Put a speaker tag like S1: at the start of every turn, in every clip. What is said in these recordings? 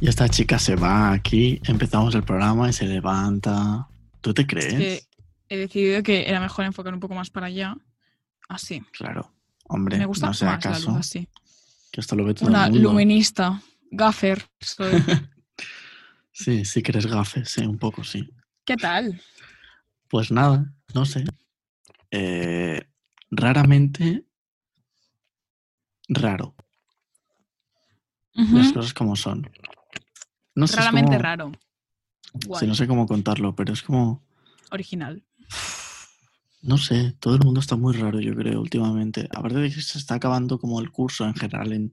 S1: esta chica se va aquí, empezamos el programa y se levanta. ¿Tú te crees?
S2: Es que he decidido que era mejor enfocar un poco más para allá. Así.
S1: Claro. Hombre,
S2: Me gusta
S1: no sea
S2: más la
S1: acaso
S2: luz así.
S1: que esto lo ve todo
S2: Una
S1: el mundo.
S2: luminista, gaffer soy.
S1: Sí, sí que eres gafe, sí, un poco, sí.
S2: ¿Qué tal?
S1: Pues nada, no sé. Eh, raramente... Raro.
S2: Ujú.
S1: Las cosas como son. No sé, Pues es
S2: Raramente
S1: como-
S2: raro. Guay.
S1: Sí, no sé cómo contarlo, pero es como...
S2: Original.
S1: No sé, todo el mundo está muy raro, yo creo, últimamente. Aparte de que se está acabando como el curso en general en-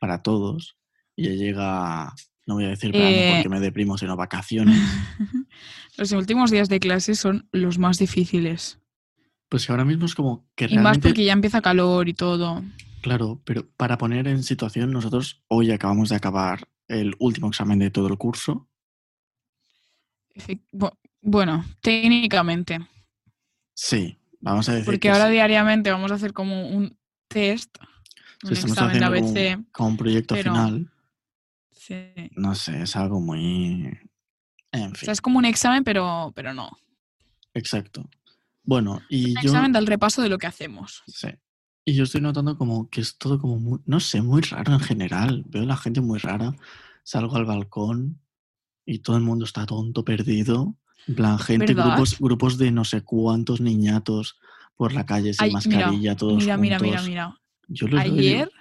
S1: para todos. Y ya llega, no voy a decir verano
S2: Eh.
S1: porque me deprimo, sino vacaciones.
S2: Los últimos días de clase son los más difíciles.
S1: Pues ahora mismo es como que
S2: Y más
S1: realmente,
S2: porque ya empieza calor y todo.
S1: claro, pero para poner en situación, nosotros hoy acabamos de acabar el último examen de todo el curso.
S2: Efe- bu- Bueno, técnicamente.
S1: Sí, vamos a decir
S2: Porque
S1: que
S2: ahora
S1: sí.
S2: diariamente vamos a hacer como un test,
S1: Sí,
S2: un
S1: estamos
S2: examen de
S1: haciendo como-
S2: ABC.
S1: como un proyecto
S2: pero-
S1: final.
S2: Sí.
S1: No sé, es algo muy... En
S2: O
S1: fin,
S2: sea, es como un examen, pero, pero no.
S1: exacto. Bueno, y
S2: Un
S1: yo...
S2: examen del repaso de lo que hacemos.
S1: Sí. Y yo estoy notando como que es todo como muy, no sé, muy raro en general. Veo la gente muy rara. Salgo al balcón y todo el mundo está tonto, perdido. En plan, gente,
S2: ¿Verdad?
S1: grupos, grupos de no sé cuántos niñatos por la calle sin
S2: Ay, mira,
S1: mascarilla, todos
S2: mira, mira,
S1: juntos.
S2: mira, mira.
S1: Yo los veo y digo,
S2: Ayer.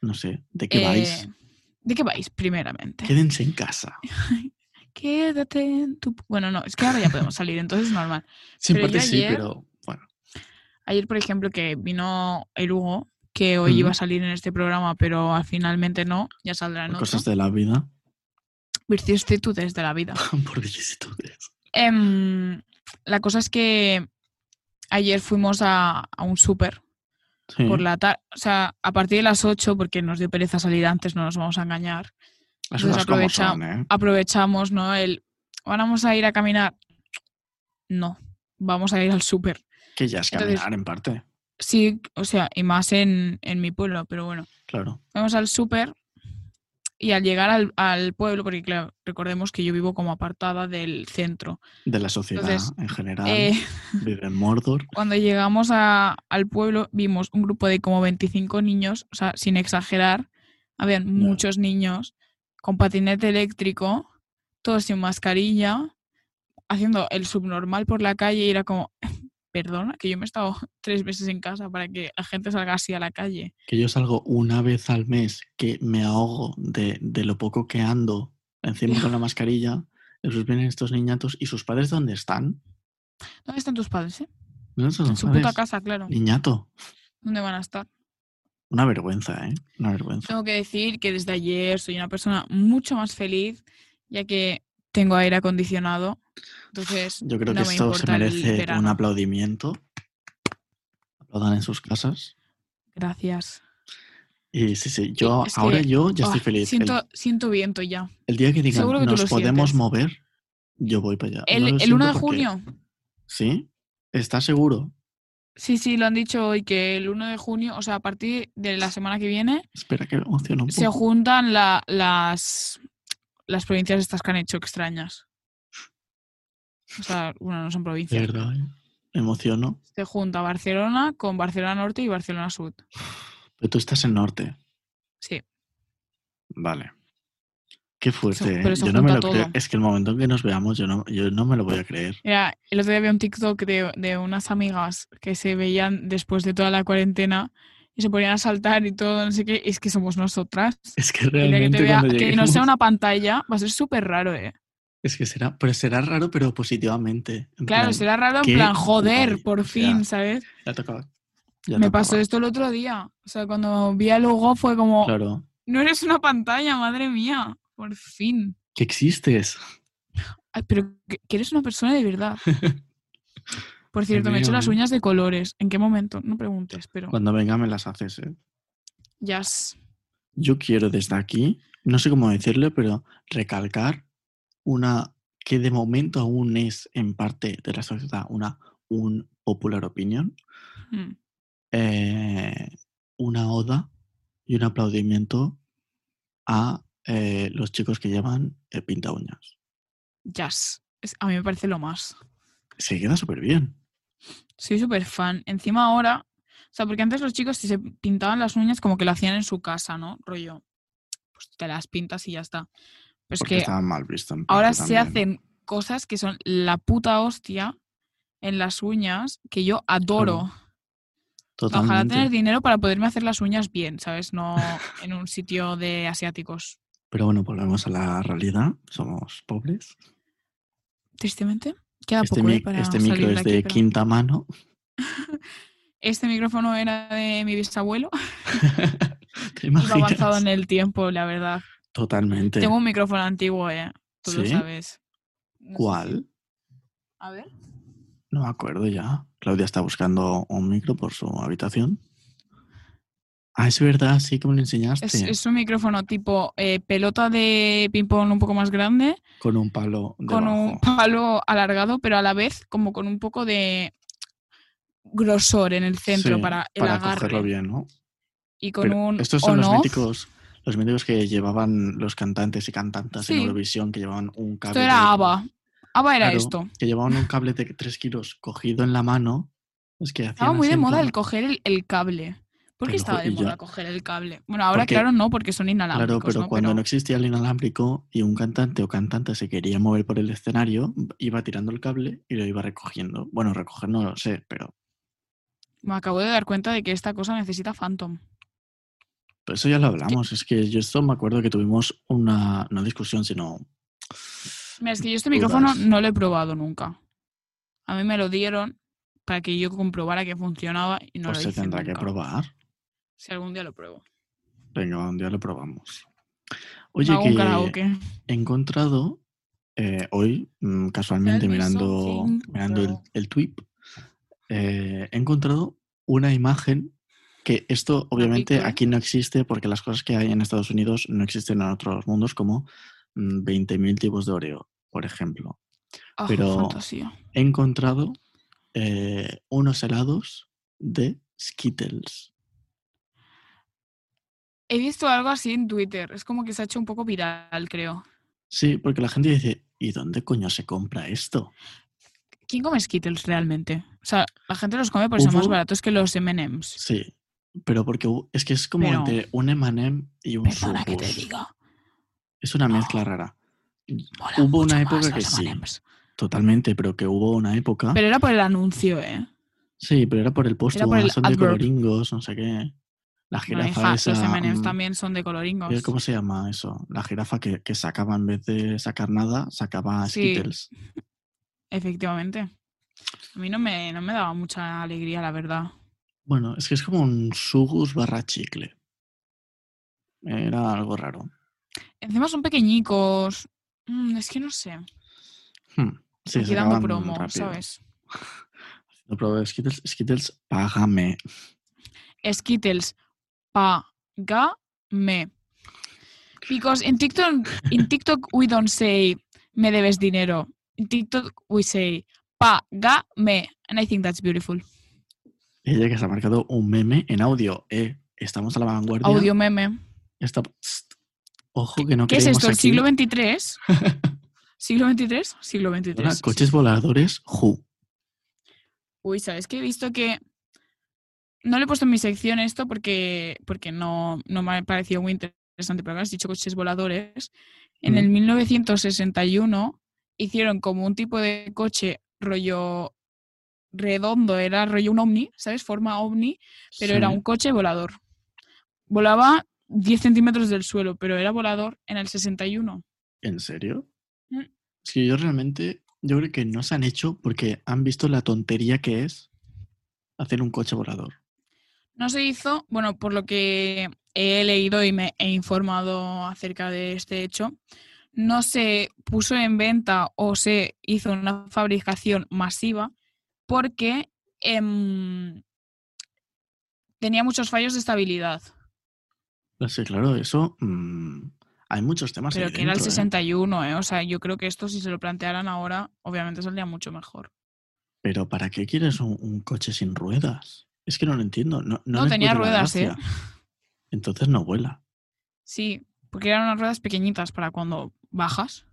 S1: no sé, ¿de qué vais?
S2: eh, ¿De qué vais, primeramente?
S1: Quédense en casa.
S2: Quédate en tu. Bueno, no, es que ahora ya podemos salir, entonces es normal.
S1: Sí, en
S2: pero yo
S1: parte sí,
S2: ayer-
S1: pero bueno.
S2: Ayer, por ejemplo, que vino el Hugo, que hoy iba a
S1: Ujú.
S2: salir en este programa, pero al finalmente no, ya saldrá en
S1: por
S2: otro.
S1: Cosas de la vida,
S2: Vicisitudes de la vida.
S1: por vicisitudes.
S2: Em, la cosa es que ayer fuimos a, a un súper
S1: Sí,
S2: por la tarde, o sea, a partir de las 8, porque nos dio pereza salir antes, no nos vamos a engañar.
S1: las
S2: nos
S1: cosas como
S2: aprovecha-
S1: son, ¿eh?
S2: Aprovechamos, ¿no? El, vamos a ir a caminar. No, vamos a ir al súper.
S1: Que ya es
S2: Entonces-
S1: caminar en parte,
S2: Sí, o sea, y más en, en mi pueblo, pero bueno.
S1: claro.
S2: Vamos al súper y al llegar al, al pueblo, porque claro, recordemos que yo vivo como apartada del centro.
S1: de la sociedad
S2: Entonces,
S1: en general,
S2: Eh,
S1: vive en Mordor.
S2: cuando llegamos a- al pueblo vimos un grupo de como 25 niños, o sea, sin exagerar, habían muchos niños con patinete eléctrico, todos sin mascarilla, haciendo el subnormal por la calle y era como, perdona, que yo me he estado tres veces en casa para que la gente salga así a la calle.
S1: Que yo salgo una vez al mes que me ahogo de, de lo poco que ando encima con la mascarilla. Esos vienen estos niñatos. ¿Y sus padres dónde están?
S2: ¿Dónde están tus padres? eh?
S1: ¿Dónde están
S2: En
S1: sus
S2: su puta
S1: padres?
S2: casa, claro.
S1: Niñato.
S2: ¿Dónde van a estar?
S1: Una vergüenza, ¿eh? Una vergüenza.
S2: Tengo que decir que desde ayer soy una persona mucho más feliz, ya que tengo aire acondicionado. Entonces,
S1: Yo creo
S2: no
S1: que
S2: me
S1: esto se
S2: importa el
S1: merece un
S2: verano.
S1: aplaudimiento. Aplaudan en sus casas.
S2: gracias.
S1: Y sí, sí, yo
S2: es
S1: ahora
S2: que-
S1: yo ya estoy
S2: Ah,
S1: feliz. El-
S2: Siento, siento viento ya.
S1: El, día que digan
S2: seguro que tú
S1: nos
S2: lo
S1: podemos
S2: sientes".
S1: mover, yo voy para allá.
S2: El,
S1: No lo
S2: el 1 de
S1: siento porque-
S2: junio.
S1: ¿Sí? ¿Estás seguro?
S2: Sí, sí, lo han dicho hoy que el 1 de junio, o sea, a partir de la semana que viene,
S1: Espera que me emociono un
S2: se
S1: poco.
S2: juntan la- las, las provincias estas que han hecho extrañas. O sea, bueno, no son
S1: De
S2: provincias.
S1: verdad, ¿eh? me emociono.
S2: Se junta Barcelona con Barcelona Norte y Barcelona Sur.
S1: Pero tú estás en norte.
S2: Sí.
S1: Vale. Qué fuerte. ¿eh?
S2: pero se
S1: yo no me lo
S2: junta
S1: creo.
S2: todo.
S1: Es que el momento en que nos veamos, yo no, yo no me lo voy a creer.
S2: Mira, el otro día había un TikTok de, de unas amigas que se veían después de toda la cuarentena y se ponían a saltar y todo, no sé qué. Es que somos nosotras.
S1: Es que
S2: El día que,
S1: realmente
S2: te vea,
S1: cuando
S2: que no sea
S1: lleguemos-
S2: una pantalla va a ser súper raro, ¿eh?
S1: Es que será, pero será raro, pero positivamente. En
S2: Claro,
S1: plan,
S2: será raro
S1: qué
S2: en plan, joder,
S1: guay, o
S2: por
S1: sea,
S2: fin, ¿sabes?
S1: Ya tocaba. Ya
S2: Me
S1: tocaba.
S2: pasó esto el otro día. O sea, cuando vi al logo fue como,
S1: Claro.
S2: no eres una pantalla, madre mía, por fin.
S1: Que existes.
S2: Ay, pero que, que eres una persona de verdad. Por cierto, me he hecho
S1: mío,
S2: las
S1: ¿eh?
S2: uñas de colores. ¿En qué momento? No preguntes, pero
S1: Cuando venga me las haces. ¿eh?
S2: ya. es-
S1: Yo quiero desde aquí, no sé cómo decirlo, pero recalcar una que de momento aún es en parte de la sociedad una un popular opinion,
S2: Mm.
S1: eh, una oda y un aplaudimiento a eh, los chicos que llevan eh, pinta uñas.
S2: Jazz. Es- A mí me parece lo más.
S1: Se queda súper bien.
S2: Soy súper fan. Encima ahora, o sea, porque antes los chicos si se pintaban las uñas como que lo hacían en su casa, ¿no? Rollo, pues te las pintas y ya está. Pero es
S1: porque
S2: que
S1: estaban mal vistas. en
S2: ahora
S1: parte
S2: se
S1: también.
S2: hacen cosas que son la puta hostia en las uñas que yo adoro. Ojalá
S1: Totalmente.
S2: tener dinero para poderme hacer las uñas bien, ¿sabes? No en un sitio de asiáticos.
S1: Pero bueno, volvemos a la realidad. Somos pobres.
S2: Tristemente, queda
S1: Este,
S2: poco ¿eh?
S1: mic-
S2: para
S1: este
S2: salir
S1: micro
S2: de
S1: es
S2: aquí,
S1: de
S2: pero-
S1: quinta mano.
S2: Este micrófono era de mi bisabuelo.
S1: ¿Te
S2: Iba avanzado
S1: imaginas?
S2: en el tiempo, la verdad.
S1: Totalmente.
S2: Tengo un micrófono antiguo, ¿eh? Tú lo
S1: ¿Sí?
S2: sabes. No sé si-
S1: ¿Cuál?
S2: A ver.
S1: No me acuerdo ya. Claudia está buscando un micro por su habitación. Ah, es verdad, sí que me lo enseñaste.
S2: Es, es un micrófono tipo eh, pelota de ping-pong un poco más grande,
S1: Con un palo
S2: con
S1: debajo.
S2: un palo alargado, pero a la vez como con un poco de grosor en el centro
S1: Sí,
S2: para el
S1: para cogerlo
S2: agarre.
S1: bien, ¿no?
S2: Y con
S1: Pero
S2: un
S1: estos son los
S2: on-off.
S1: míticos, los míticos que llevaban los cantantes y cantantas en
S2: Sí.
S1: Eurovisión, que llevaban un cable.
S2: Esto era
S1: de-
S2: ABBA. ABBA era
S1: Claro,
S2: esto.
S1: Que llevaban un cable de 3 kilos cogido en la mano. Es que
S2: Estaba
S1: hacían
S2: muy
S1: así
S2: de
S1: en
S2: moda
S1: plan-
S2: el coger el, el cable. ¿Por qué
S1: Pero,
S2: estaba de
S1: y ya-
S2: moda coger el cable? Bueno, ahora
S1: Porque-
S2: claro no, porque son
S1: Claro,
S2: inalámbricos,
S1: pero
S2: ¿no?
S1: cuando
S2: Pero-
S1: no existía el inalámbrico y un cantante o cantante se quería mover por el escenario, iba tirando el cable y lo iba recogiendo. Bueno, recoger no lo sé, pero
S2: Me acabo de dar cuenta de que esta cosa necesita Phantom.
S1: pero eso ya lo hablamos. Es que yo esto me acuerdo que tuvimos una, no discusión, sino...
S2: Mira, es que yo este
S1: Dudas.
S2: micrófono no lo he probado nunca. A mí me lo dieron para que yo comprobara que funcionaba y no
S1: pues
S2: lo
S1: se
S2: hice
S1: tendrá que
S2: nunca.
S1: probar.
S2: Si algún día lo pruebo.
S1: Venga, un día lo probamos.
S2: Me
S1: Oye,
S2: hago un
S1: que
S2: karaoke.
S1: he encontrado eh, hoy, mm, casualmente
S2: Tell me
S1: mirando,
S2: something,
S1: mirando el,
S2: girl.
S1: el tweet, eh, he encontrado una imagen que esto obviamente
S2: pico, ¿eh?
S1: aquí no existe porque las cosas que hay en Estados Unidos no existen en otros mundos como mm, 20.000 tipos de Oreo, por ejemplo.
S2: Ah,
S1: pero-
S2: fantasía.
S1: He encontrado eh, unos helados de Skittles.
S2: He visto algo así en Twitter. Es como que se ha hecho un poco viral, creo.
S1: Sí, porque la gente dice, ¿y dónde coño se compra esto?
S2: ¿Quién come Skittles realmente? O sea, la gente los come porque son más
S1: Hubo-
S2: baratos que los M&M's.
S1: Sí, pero porque u- es que es como
S2: Pero-
S1: entre un Emanem y un
S2: Perdona que te
S1: Sucus.
S2: diga.
S1: Es una mezcla rara.
S2: mola
S1: Hubo una
S2: mucho más
S1: época que
S2: los
S1: sí.
S2: M&M's.
S1: Totalmente, pero que hubo una época.
S2: Pero era por el anuncio, ¿eh?
S1: sí, pero era por el póster,
S2: era por el
S1: son de
S2: adverb.
S1: coloringos, no sé qué. La
S2: Bueno,
S1: jirafa
S2: hija,
S1: esa.
S2: los M&M's
S1: mm,
S2: también son de coloringos.
S1: ¿Cómo se llama eso? La jirafa que, que sacaba en vez de sacar nada, sacaba
S2: Sí.
S1: Skittles.
S2: Efectivamente. A mí no me, no me daba mucha alegría, la verdad.
S1: Bueno, es que es como un sugus barra chicle. Era algo raro.
S2: Encima son pequeñicos. Mm, es que no sé.
S1: Hmm, Sí,
S2: Aquí
S1: se
S2: dando
S1: acaban
S2: promo,
S1: rápido.
S2: ¿sabes?
S1: Haciendo promo de Skittles. Skittles, págame.
S2: Skittles. Págame. Because in TikTok, in TikTok we don't say me debes dinero. In TikTok we say págame. And I think that's beautiful.
S1: Ella que se ha marcado un meme en audio. Eh, estamos a la vanguardia.
S2: Audio meme.
S1: Está- Psst. Ojo que no
S2: ¿Qué es
S1: creemos
S2: esto? ¿El
S1: aquí-
S2: siglo XXIII? ¿Siglo XXIII? Siglo XXIII.
S1: Perdona,
S2: sí.
S1: coches voladores, ju.
S2: Uy, ¿sabes qué? He visto que... No le he puesto en mi sección esto porque, porque no, no me ha parecido muy interesante, pero claro, has dicho coches voladores. En el
S1: Mm.
S2: 1961 hicieron como un tipo de coche rollo redondo, era rollo un ovni, ¿sabes? Forma ovni, pero
S1: Sí.
S2: era un coche volador. Volaba 10 centímetros del suelo, pero era volador en el 61.
S1: ¿En serio?
S2: Mm.
S1: Es que yo realmente, yo creo que no se han hecho porque han visto la tontería que es hacer un coche volador.
S2: No se hizo, bueno, por lo que he leído y me he informado acerca de este hecho, no se puso en venta o se hizo una fabricación masiva porque em, tenía muchos fallos de estabilidad,
S1: Así, claro, eso. mm, hay muchos temas.
S2: pero
S1: ahí
S2: que era el
S1: dentro, ¿eh?
S2: 61, ¿eh? o sea, yo creo que esto si se lo plantearan ahora, obviamente saldría mucho mejor.
S1: Pero ¿para qué quieres un, un coche sin ruedas? Es que no lo entiendo. No, no
S2: No,
S1: le
S2: tenía
S1: encuentro la
S2: ruedas, ¿eh?
S1: gracia. Entonces no vuela.
S2: Sí, Porque eran unas ruedas pequeñitas para cuando bajas.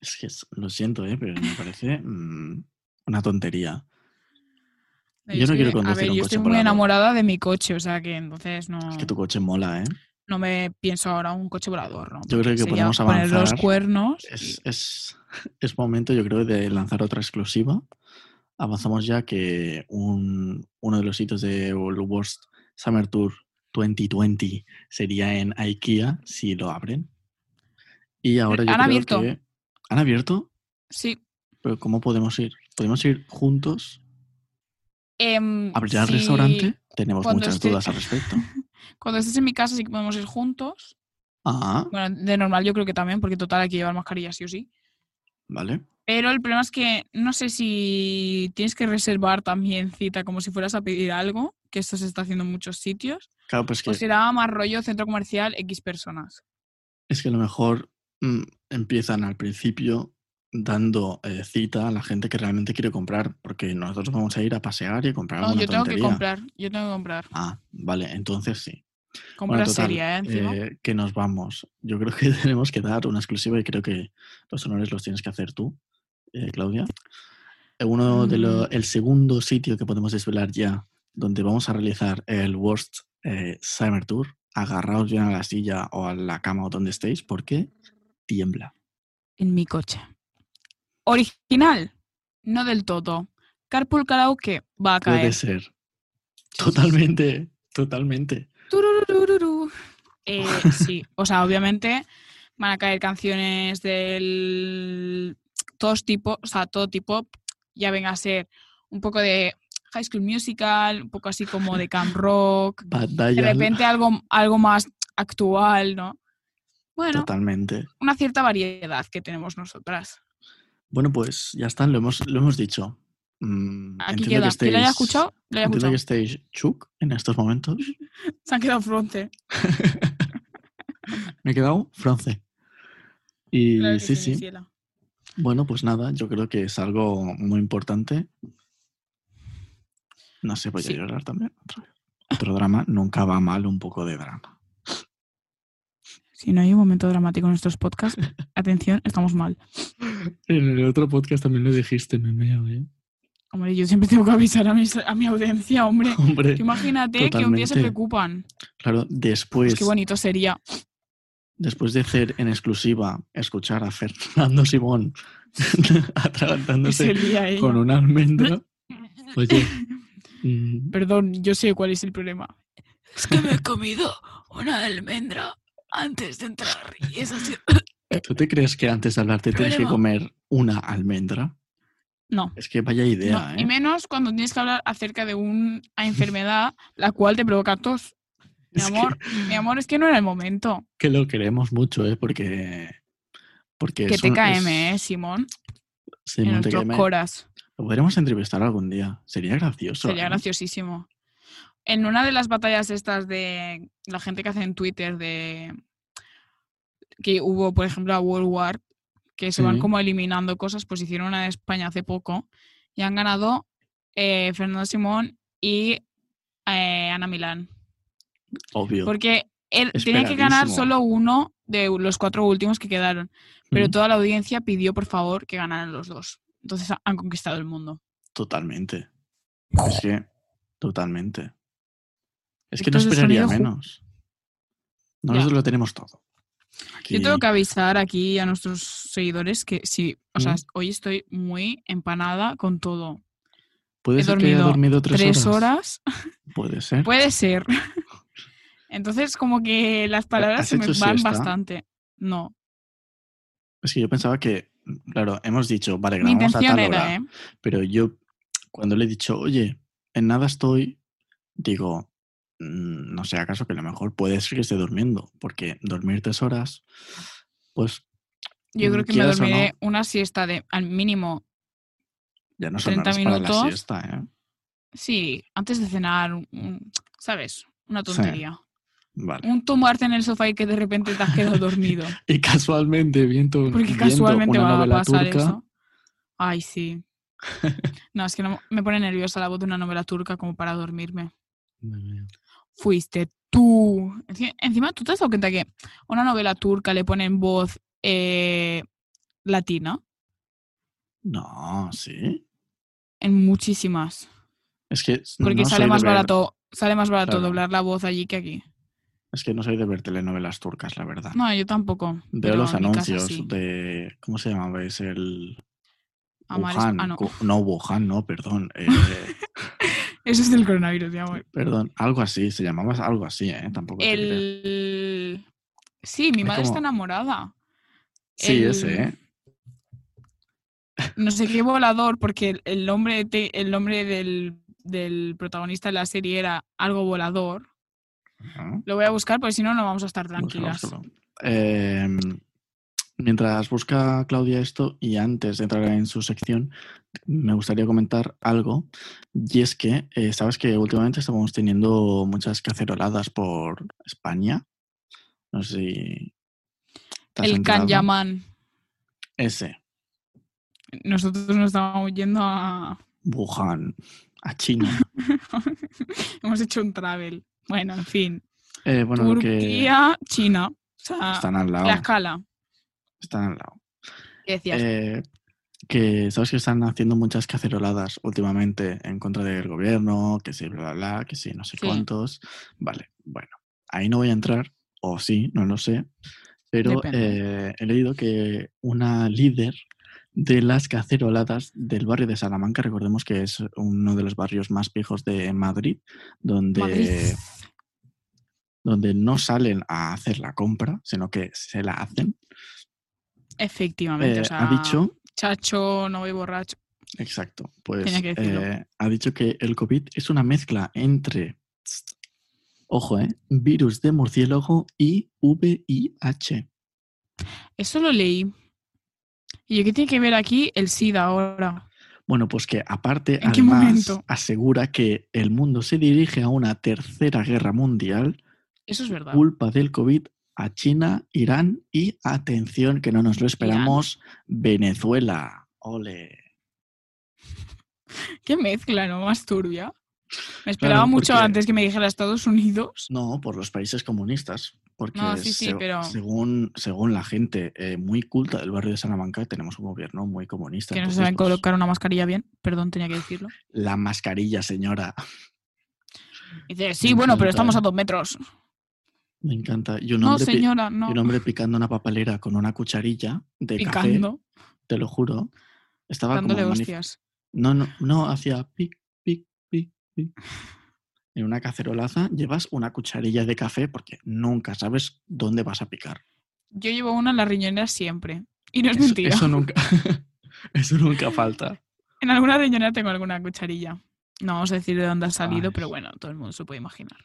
S1: Es que es- lo siento, ¿eh? pero me parece mm, una tontería. Yo
S2: Es
S1: no quiero
S2: que,
S1: conducir
S2: A ver,
S1: un
S2: yo
S1: coche
S2: estoy
S1: por
S2: muy
S1: la noche.
S2: enamorada de mi coche, o sea que entonces no,
S1: Es que tu coche mola, ¿eh?
S2: no me pienso ahora un coche volador, ¿no?
S1: Yo creo que
S2: Sería
S1: podemos
S2: poner los
S1: avanzar.
S2: cuernos. y-
S1: Es, es- es momento, yo creo, de lanzar otra exclusiva. Avanzamos ya que un- uno de los sitios de Worst Summer Tour 2020 sería en IKEA, si lo abren. Y ahora yo
S2: Eh, Han
S1: creo
S2: abierto.
S1: que- ¿Han abierto?
S2: Sí.
S1: ¿Pero cómo podemos ir? ¿Podemos ir juntos?
S2: Em,
S1: ¿Abrirá
S2: si-
S1: el restaurante? Tenemos
S2: cuando
S1: muchas
S2: esté-
S1: dudas al respecto.
S2: Cuando estés en mi casa sí que podemos ir juntos.
S1: Ah,
S2: Bueno, de normal yo creo que también, porque total hay que llevar mascarilla sí o sí.
S1: vale.
S2: Pero el problema es que no sé si tienes que reservar también cita como si fueras a pedir algo, que esto se está haciendo en muchos sitios,
S1: Claro, pues que,
S2: o será más rollo centro comercial X personas.
S1: es que a lo mejor mm, empiezan al principio dando eh, cita a la gente que realmente quiere comprar, porque nosotros vamos a ir a pasear y a comprar
S2: No,
S1: alguna
S2: yo tengo que
S1: Ah, tontería.
S2: comprar, yo tengo que comprar.
S1: Ah, vale, entonces sí.
S2: Compra
S1: Bueno, total,
S2: seria, ¿eh? Encima.
S1: eh, que nos vamos. Yo creo que tenemos que dar una exclusiva y creo que los honores los tienes que hacer tú, eh, Claudia. Eh, Uno de lo-
S2: Mm.
S1: el segundo sitio que podemos desvelar ya, donde vamos a realizar el Worst eh, Summer Tour. Agarraos bien a la silla o a la cama o donde estéis, porque tiembla.
S2: En mi coche. Original, no del todo. Carpool Karaoke va a
S1: Puede
S2: caer.
S1: ser.
S2: sí.
S1: Totalmente, totalmente.
S2: Turururururu. Eh, sí, o sea, obviamente van a caer canciones del todos tipo, o sea, todo tipo, ya venga a ser un poco de High School Musical, un poco así como de camp rock, de
S1: Batalla.
S2: repente algo, algo más actual, ¿no? Bueno,
S1: Totalmente.
S2: una cierta variedad que tenemos nosotras.
S1: Bueno, pues ya están, lo hemos, lo hemos dicho. Mm,
S2: Aquí
S1: entiendo
S2: queda.
S1: que
S2: ¿Quién lo haya
S1: estéis-
S2: escuchado? Lo haya
S1: Entiendo
S2: escuchado.
S1: que estáis chuk en estos momentos.
S2: Se han quedado fronte.
S1: Me he quedado fronce. Y
S2: Claro que
S1: sí,
S2: sí,
S1: sí.
S2: mi cielo.
S1: Bueno, pues nada, yo creo que es algo muy importante. No sé, voy
S2: Sí.
S1: a llorar también. otra vez. Otro drama, nunca va mal un poco de drama.
S2: Si no hay un momento dramático en nuestros podcasts, atención, estamos mal.
S1: En el otro podcast también lo dijiste, me meo, ¿eh?
S2: Hombre, yo siempre tengo que avisar a, mis- a mi audiencia, hombre.
S1: Hombre,
S2: Que Imagínate que un día se
S1: Totalmente.
S2: preocupan.
S1: claro,
S2: Pues
S1: después,
S2: qué bonito sería.
S1: después de hacer en exclusiva escuchar a Fernando Simón atragantándose
S2: Ese día, ¿eh? ella.
S1: con una almendra, oye, mm,
S2: Perdón, yo sé cuál es el problema. Es que me he comido una almendra antes de entrar. Y es así. Eh,
S1: ¿Tú te crees que antes de hablarte tienes que
S2: Problema.
S1: comer una almendra?
S2: No.
S1: Es que vaya idea,
S2: no,
S1: ¿eh?
S2: Y menos cuando tienes que hablar acerca de una enfermedad la cual te provoca tos. Mi
S1: Es que-
S2: amor, mi amor, es que no era el momento.
S1: Que, lo queremos mucho, ¿eh? Porque. Porque
S2: Que
S1: es un-
S2: te
S1: es-
S2: caeme, eh, Simón.
S1: sí,
S2: en
S1: un
S2: nuestros
S1: TKM.
S2: coras.
S1: Lo podríamos entrevistar algún día. Sería gracioso.
S2: Sería
S1: ¿eh?
S2: graciosísimo. En una de las batallas estas de la gente que hace en Twitter de que hubo, por ejemplo, a World War, que se van
S1: Sí.
S2: como eliminando cosas, pues hicieron una de España hace poco y han ganado eh, Fernando Simón y eh, Ana Milán.
S1: Obvio.
S2: Porque él tenía que ganar
S1: Esperadísimo.
S2: solo uno de los cuatro últimos que quedaron, pero
S1: Mm,
S2: toda la audiencia pidió, por favor, que ganaran los dos. Entonces ha- han conquistado el mundo.
S1: Totalmente. Es que. Totalmente. Es que no
S2: Efectos de
S1: esperaría
S2: sonido ju-
S1: menos. Nosotros lo tenemos todo. Aquí-
S2: Yo tengo que avisar aquí a nuestros seguidores que sí, o sea,
S1: Mm.
S2: hoy estoy muy empanada con todo.
S1: Puede
S2: he
S1: ser que haya
S2: dormido
S1: dormido tres,
S2: Tres
S1: horas.
S2: horas, Pues
S1: Puede ser.
S2: puede ser. Entonces, como que las palabras
S1: ¿Has
S2: se me
S1: hecho
S2: van
S1: siesta?
S2: bastante. No,
S1: Es que yo pensaba que. Claro, hemos dicho, vale,
S2: mi
S1: grabamos a
S2: intención
S1: tal
S2: era,
S1: hora.
S2: ¿eh?
S1: Pero yo, cuando le he dicho, oye, en nada estoy, digo, "Mm, no sé, acaso que a lo mejor puede ser que esté durmiendo, porque dormir tres horas, pues
S2: Yo
S1: Mm,
S2: creo que me
S1: quieras o no.
S2: dormiré una siesta de al mínimo,
S1: ya no son
S2: 30
S1: horas para la
S2: minutos.
S1: siesta, ¿eh?
S2: sí, antes de cenar, un- un- ¿sabes? Una
S1: Sí.
S2: tontería.
S1: Vale.
S2: Un tumbarte en el sofá y que de repente te has quedado dormido.
S1: Y casualmente, viendo,
S2: Porque
S1: viendo
S2: casualmente
S1: una
S2: va a
S1: novela
S2: pasar
S1: turca,
S2: eso. Ay, sí. No, es que no- me pone nerviosa la voz de una novela turca como para dormirme.
S1: madre mía.
S2: fuiste tú. Enci- Encima, ¿tú te has dado cuenta que a una novela turca le ponen voz eh, latina?
S1: No, sí.
S2: En muchísimas.
S1: Es que
S2: Porque
S1: no soy
S2: sale
S1: de
S2: más
S1: ver-
S2: barato, sale más barato
S1: Claro.
S2: doblar la voz allí que aquí.
S1: Es que no soy de ver telenovelas turcas, la verdad.
S2: No, yo tampoco.
S1: Veo
S2: pero
S1: los
S2: en mi casa
S1: anuncios
S2: sí.
S1: de. ¿Cómo se llamaba? Es el.
S2: Amar es-
S1: Wuhan.
S2: ah, no.
S1: Cu- no, Wuhan, no, perdón. eh,
S2: Eso es del coronavirus, mi amor.
S1: perdón, algo así, se llamaba algo así, ¿eh? Tampoco. te diré.
S2: El... Sí, mi
S1: Es
S2: madre está
S1: como-
S2: enamorada.
S1: Sí,
S2: el-
S1: ese, ¿eh?
S2: No sé qué volador, porque el, el nombre, te- el nombre del, del protagonista de la serie era algo volador.
S1: Ajá.
S2: Lo voy a buscar porque si no, no vamos a estar
S1: Búscalo,
S2: tranquilas.
S1: búscalo. Eh, mientras busca Claudia esto y antes de entrar en su sección, me gustaría comentar algo. Y es que, eh, sabes que últimamente estamos teniendo muchas caceroladas por España. No sé si. te has
S2: El
S1: enterado.
S2: Kanyaman.
S1: Ese,
S2: Nosotros nos estábamos yendo a.
S1: Wuhan, a China.
S2: Hemos hecho un travel. Bueno, en fin.
S1: Eh, bueno, lo que
S2: Turquía, China. O sea,
S1: están al lado.
S2: la escala.
S1: Están al lado.
S2: ¿Qué decías?
S1: Eh, que sabes que están haciendo muchas caceroladas últimamente en contra del gobierno, que sí, bla, bla, bla, que sí, no sé
S2: Sí.
S1: cuántos. Vale, bueno, ahí no voy a entrar, o sí, no lo sé, pero eh, he leído que una líder de las caceroladas del barrio de Salamanca, recordemos que es uno de los barrios más viejos de Madrid, donde
S2: Madrid.
S1: donde no salen a hacer la compra, sino que se la hacen.
S2: Efectivamente.
S1: Eh,
S2: o sea,
S1: ha dicho,
S2: Chacho, no voy borracho.
S1: exacto, pues
S2: Tenía que decirlo.
S1: eh, ha dicho que el COVID es una mezcla entre, tst, ojo, eh, virus de murciélago y VIH.
S2: Eso lo leí. ¿Y yo qué tiene que ver aquí el SIDA ahora?
S1: Bueno, pues que aparte,
S2: ¿En qué
S1: además,
S2: momento?
S1: asegura que el mundo se dirige a una tercera guerra mundial,
S2: Eso es verdad.
S1: culpa del COVID a China, Irán y, atención, que no nos lo esperamos, Venezuela. Ole.
S2: Qué mezcla, ¿no? Más turbia. Me esperaba
S1: Claro,
S2: mucho
S1: porque-
S2: antes que me dijera Estados Unidos.
S1: pues, No, por los países comunistas. Porque
S2: No, sí, sí,
S1: se-
S2: pero-
S1: según, según la gente eh, muy culta del barrio de Salamanca, tenemos un gobierno muy comunista.
S2: Que no
S1: entonces,
S2: saben
S1: pues,
S2: colocar una mascarilla bien. Perdón, tenía que decirlo.
S1: La mascarilla, señora.
S2: Y dice, sí, bueno, pero
S1: encanta,
S2: estamos
S1: ¿eh?
S2: a dos metros.
S1: Me encanta. Y un
S2: No,
S1: hombre, pi-
S2: señora,
S1: y
S2: no.
S1: un hombre picando una papelera con una cucharilla de café,
S2: Picando,
S1: te lo juro. Estaba como
S2: dándole
S1: manif-
S2: hostias.
S1: No, no, no, hacía pic, pic, pic, pic. En una cacerolaza llevas una cucharilla de café porque nunca sabes dónde vas a picar.
S2: Yo llevo una en la riñonera siempre. Y no es
S1: Eso-
S2: mentira.
S1: Eso, nunca, eso nunca falta.
S2: En alguna riñonera tengo alguna cucharilla. No vamos a decir de dónde ha salido,
S1: Ay.
S2: pero bueno, todo el mundo se puede imaginar.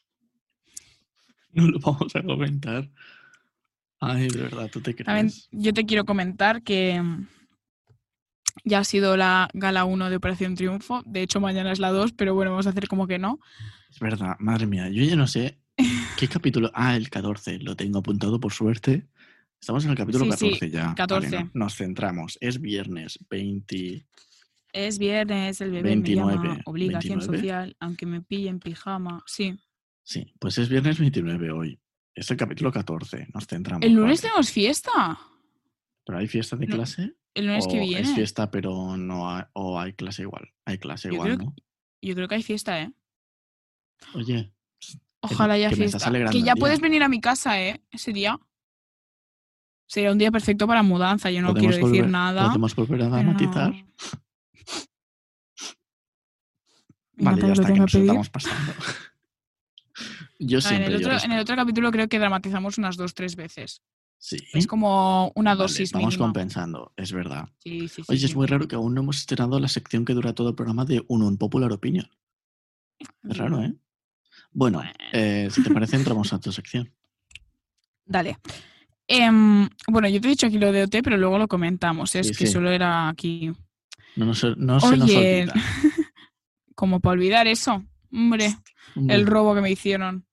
S1: No lo vamos a comentar. Ay, de verdad, tú te
S2: También
S1: crees.
S2: yo te quiero comentar que mm, ya ha sido la gala 1 de Operación Triunfo. De hecho, mañana es la 2, pero bueno, vamos a hacer como que no.
S1: Es verdad, madre mía, yo ya no sé qué capítulo. Ah, el 14, lo tengo apuntado por suerte. Estamos en el capítulo
S2: Sí,
S1: 14
S2: sí,
S1: ya. Vale,
S2: 14.
S1: no- nos centramos. Es viernes 20.
S2: Es viernes, el bebé
S1: 29,
S2: me llama, obligación
S1: 29.
S2: social, aunque me pille en pijama. Sí.
S1: Sí, pues es viernes 29 hoy. Es el capítulo 14, nos centramos.
S2: El lunes
S1: vale.
S2: tenemos fiesta.
S1: ¿Pero hay fiesta de
S2: no,
S1: clase?
S2: El lunes que
S1: ¿O Oh,
S2: viene.
S1: Es fiesta, pero no hay, o hay clase igual. Hay clase
S2: Yo
S1: igual,
S2: creo que-
S1: ¿no?
S2: Yo creo que hay fiesta, ¿eh?
S1: Oye, no-
S2: Ojalá haya
S1: que me estás
S2: fiesta.
S1: alegrando
S2: Que
S1: el
S2: ya
S1: día.
S2: puedes venir a mi casa, ¿eh? Ese día. Sería un día perfecto para mudanza. Yo no quiero
S1: podemos
S2: decir
S1: volver-
S2: nada.
S1: Podemos volver a
S2: pero-
S1: dramatizar.
S2: Me
S1: Vale, ya
S2: encanta que lo
S1: está, que
S2: tenga
S1: nos
S2: que pedir.
S1: estamos pasando. Yo
S2: No, en,
S1: siempre
S2: el otro,
S1: lloro.
S2: en el otro capítulo creo que dramatizamos unas dos, tres veces.
S1: Sí.
S2: Es como una
S1: Vale,
S2: dosis
S1: Vamos
S2: mínima.
S1: compensando, es verdad.
S2: Sí, sí, sí,
S1: Oye, es
S2: sí.
S1: muy raro que aún no hemos estrenado la sección que dura todo el programa de un unpopular opinion. Es raro, ¿eh? Bueno,
S2: Mm. Bueno.
S1: eh, si te parece, entramos a tu sección.
S2: Dale. Em, bueno, yo te he dicho aquí lo de OT, pero luego lo comentamos. ¿eh? Es
S1: Sí,
S2: que
S1: sí.
S2: solo era aquí.
S1: No, nos- no se nos
S2: Oye,
S1: olvida.
S2: Como para olvidar eso. Hombre, el
S1: Hombre,
S2: robo que me hicieron.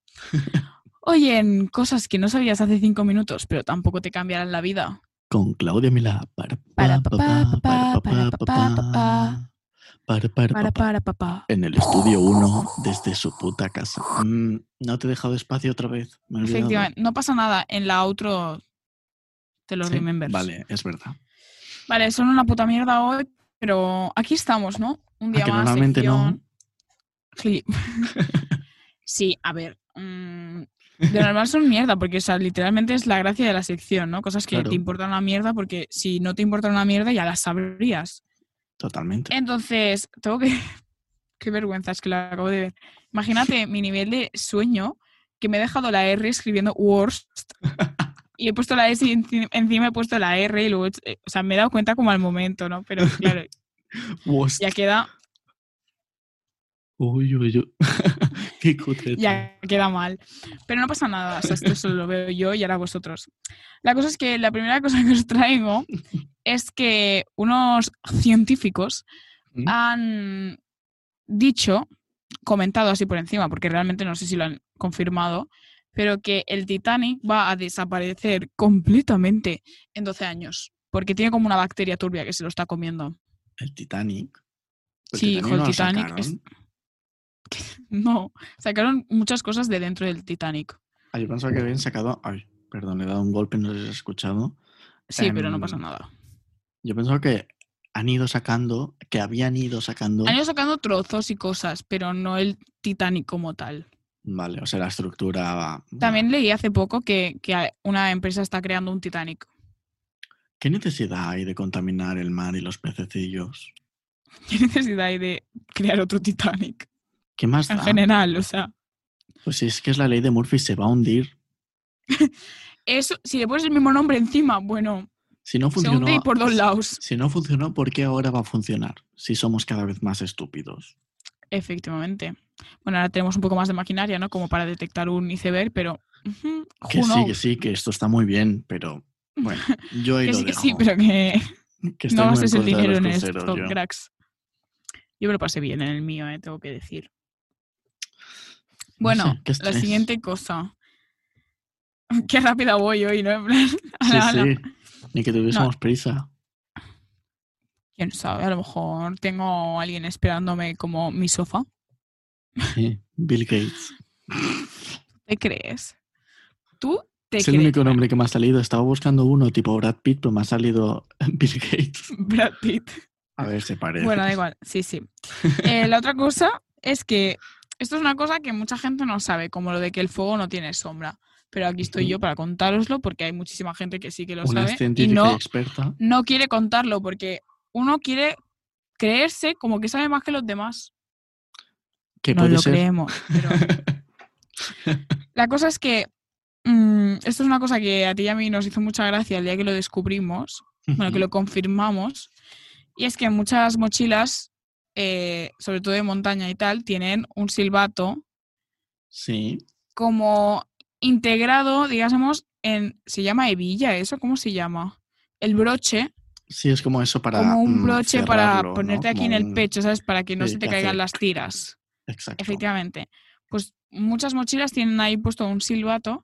S2: Oye, en cosas que no sabías hace cinco minutos, pero tampoco te cambiarán la vida.
S1: Con Claudia Milá. Para,
S2: Para
S1: pa,
S2: pa, pa,
S1: pa, para, pa,
S2: para
S1: pa,
S2: pa, pa,
S1: pa. Para, para,
S2: Para,
S1: papá.
S2: para, papá.
S1: En el estudio 1, desde su puta casa. Mm, no te he dejado espacio otra vez. Me he olvidado.
S2: Efectivamente, no pasa nada. En la outro te lo
S1: Sí,
S2: remembers.
S1: Vale, es verdad.
S2: Vale, son una puta mierda hoy, pero aquí estamos, ¿no? Un día
S1: Ah, que
S2: más.
S1: normalmente no.
S2: sección. Gili- sí, a ver. mm, de normal son mierda, porque o sea, literalmente es la gracia de la sección, ¿no? Cosas que
S1: Claro.
S2: te importan una mierda, porque si no te importan una mierda ya las sabrías.
S1: Totalmente.
S2: Entonces, tengo que. Qué vergüenza, es que la acabo de ver. Imagínate mi nivel de sueño que me he dejado la R escribiendo worst. Y he puesto la S y enci- encima he puesto la R y luego, he hecho- eh, o sea, me he dado cuenta como al momento, ¿no? Pero claro,
S1: Worst.
S2: Eh, ya queda,
S1: Uy, uy, uy. Qué cutre.
S2: ya queda mal. Pero no pasa nada, o sea, esto solo lo veo yo y ahora vosotros. La cosa es que la primera cosa que os traigo es que unos científicos
S1: ¿Mm?
S2: han dicho, comentado así por encima, porque realmente no sé si lo han confirmado, pero que el Titanic va a desaparecer completamente en 12 años, porque tiene como una bacteria turbia que se lo está comiendo.
S1: El Titanic.
S2: Sí, hijo,
S1: no
S2: el
S1: lo
S2: Titanic es-
S1: sacaron.
S2: No, sacaron muchas cosas de dentro del Titanic.
S1: Ah, yo pensaba que habían sacado. Ay, perdón, le he dado un golpe, no les he escuchado.
S2: Sí, pero no
S1: Em,
S2: pasa nada.
S1: Yo pensaba que han ido sacando, que habían ido sacando.
S2: Han ido sacando trozos y cosas, pero no el Titanic como tal.
S1: Vale, o sea, la estructura.
S2: También leí hace poco que, que a- una empresa está creando un Titanic.
S1: ¿Qué necesidad hay de contaminar el mar y los pececillos?
S2: ¿Qué necesidad hay de crear otro Titanic?
S1: ¿Qué más
S2: En
S1: da?
S2: general, o sea.
S1: Pues si es que es la ley de Murphy, se va a hundir.
S2: Eso, si le pones el mismo nombre encima, bueno,
S1: Si no
S2: se
S1: funcionó.
S2: hunde y por dos lados.
S1: Si no funcionó, ¿por qué ahora va a funcionar? Si somos cada vez más estúpidos.
S2: Efectivamente. Bueno, ahora tenemos un poco más de maquinaria, ¿no? Como para detectar un iceberg, pero. ujú, who
S1: Que sí, que
S2: knows?
S1: sí, que esto está muy bien, pero bueno, yo ahí
S2: Que
S1: lo
S2: sí, que
S1: dejo.
S2: sí, pero que
S1: Que estoy
S2: no
S1: muy
S2: gastes el
S1: contra de
S2: dinero en
S1: los cruceros,
S2: esto,
S1: yo.
S2: cracks. Yo me lo pasé bien en el mío, eh, tengo que decir.
S1: No
S2: Bueno,
S1: sé, qué
S2: la
S1: estrés.
S2: siguiente cosa. Qué rápida voy hoy, ¿no? En plan,
S1: Sí,
S2: ala, ala.
S1: sí, ni que tuviésemos prisa.
S2: Quién sabe, a lo mejor tengo a alguien esperándome como mi sofá.
S1: Sí, Bill Gates.
S2: ¿Te crees? ¿Tú te
S1: Es el
S2: crees?
S1: único nombre que me ha salido. Estaba buscando uno tipo Brad Pitt, pero me ha salido Bill Gates.
S2: Brad Pitt.
S1: A ver, se parece.
S2: Bueno, da igual, sí, sí. Eh, la otra cosa es que esto es una cosa que mucha gente no sabe, como lo de que el fuego no tiene sombra. Pero aquí estoy yo
S1: Ujú.
S2: para contároslo porque hay muchísima gente que sí que lo
S1: Una
S2: sabe y
S1: científica y
S2: no,
S1: experta.
S2: no quiere contarlo porque uno quiere creerse como que sabe más que los demás.
S1: Que
S2: No
S1: puede
S2: lo
S1: ser.
S2: creemos. pero- La cosa es que mm, esto es una cosa que a ti y a mí nos hizo mucha gracia el día que lo descubrimos, bueno, que lo confirmamos, y es que muchas mochilas, eh, sobre todo de montaña y tal, tienen un silbato
S1: Sí,
S2: como integrado, digamos, en... ¿Se llama hebilla eso? ¿Cómo se llama? El broche,
S1: sí, es como eso para.
S2: como un
S1: mm,
S2: broche
S1: cerrarlo,
S2: para
S1: ¿no?
S2: ponerte aquí
S1: Como
S2: en el
S1: un-
S2: pecho, ¿sabes? Para que no
S1: Sí,
S2: se te
S1: que
S2: caigan
S1: hace-
S2: las tiras.
S1: Exacto.
S2: Efectivamente. Pues muchas mochilas tienen ahí puesto un silbato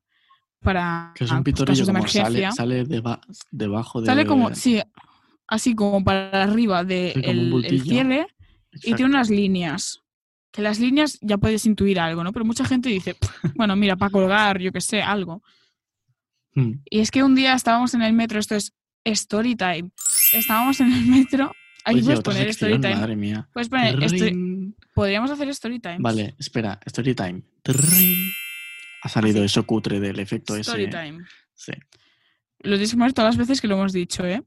S2: para
S1: Que es un
S2: pues,
S1: pitorrillo
S2: casos de
S1: como
S2: emergencia.
S1: sale, sale deba- debajo de.
S2: Sale como, sí, así como para arriba del
S1: Sí, como un bultillo.
S2: cierre y
S1: Exacto.
S2: tiene unas líneas. Que las líneas ya puedes intuir algo, ¿no? Pero mucha gente dice, "Pff, bueno, mira, para colgar, yo qué sé, algo.
S1: Mm,
S2: Y es que un día estábamos en el metro, esto es story time. Estábamos en el metro. Aquí
S1: Oye,
S2: puedes
S1: otra
S2: poner
S1: sección,
S2: story time.
S1: Madre mía.
S2: Puedes poner esto-
S1: Ring.
S2: Podríamos hacer story time.
S1: Vale, espera, story time. Ring. Ha salido eso cutre del efecto
S2: Story
S1: ese. ¿eh?
S2: time.
S1: Sí.
S2: Lo tienes que poner todas las veces que lo hemos dicho, ¿eh?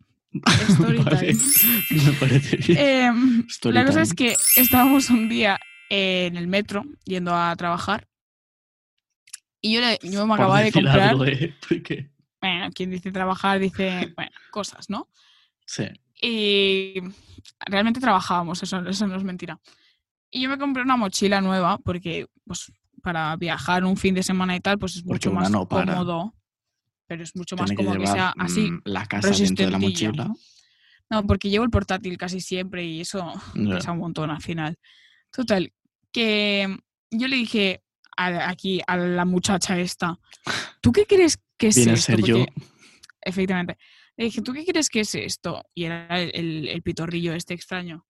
S2: Story
S1: Vale,
S2: time.
S1: Me parece bien.
S2: Em,
S1: Story
S2: la cosa es
S1: time.
S2: que estábamos un día eh, en el metro yendo a trabajar y yo, le- yo me
S1: Por
S2: acababa de
S1: decir
S2: comprar.
S1: algo, ¿eh? Porque-
S2: Bueno, quien dice trabajar dice bueno, cosas, ¿no?
S1: Sí.
S2: Y realmente trabajábamos, eso, eso no es mentira. Y yo me compré una mochila nueva porque pues, para viajar un fin de semana y tal, pues es
S1: Porque
S2: mucho
S1: una
S2: más
S1: no para.
S2: cómodo. Pero es mucho más
S1: Tiene que
S2: cómodo que,
S1: llevar
S2: sea así.
S1: mm, la casa dentro de la
S2: resistentilla.
S1: mochila.
S2: No, porque llevo el portátil casi siempre y eso
S1: Ya.
S2: pesa un montón al final. Total, que mm, yo le dije a- aquí a la muchacha esta, ¿tú qué crees que es
S1: Viene a
S2: esto?
S1: ser yo.
S2: Porque- efectivamente. Le dije, ¿tú qué crees que es esto? Y era el, el pitorrillo este extraño.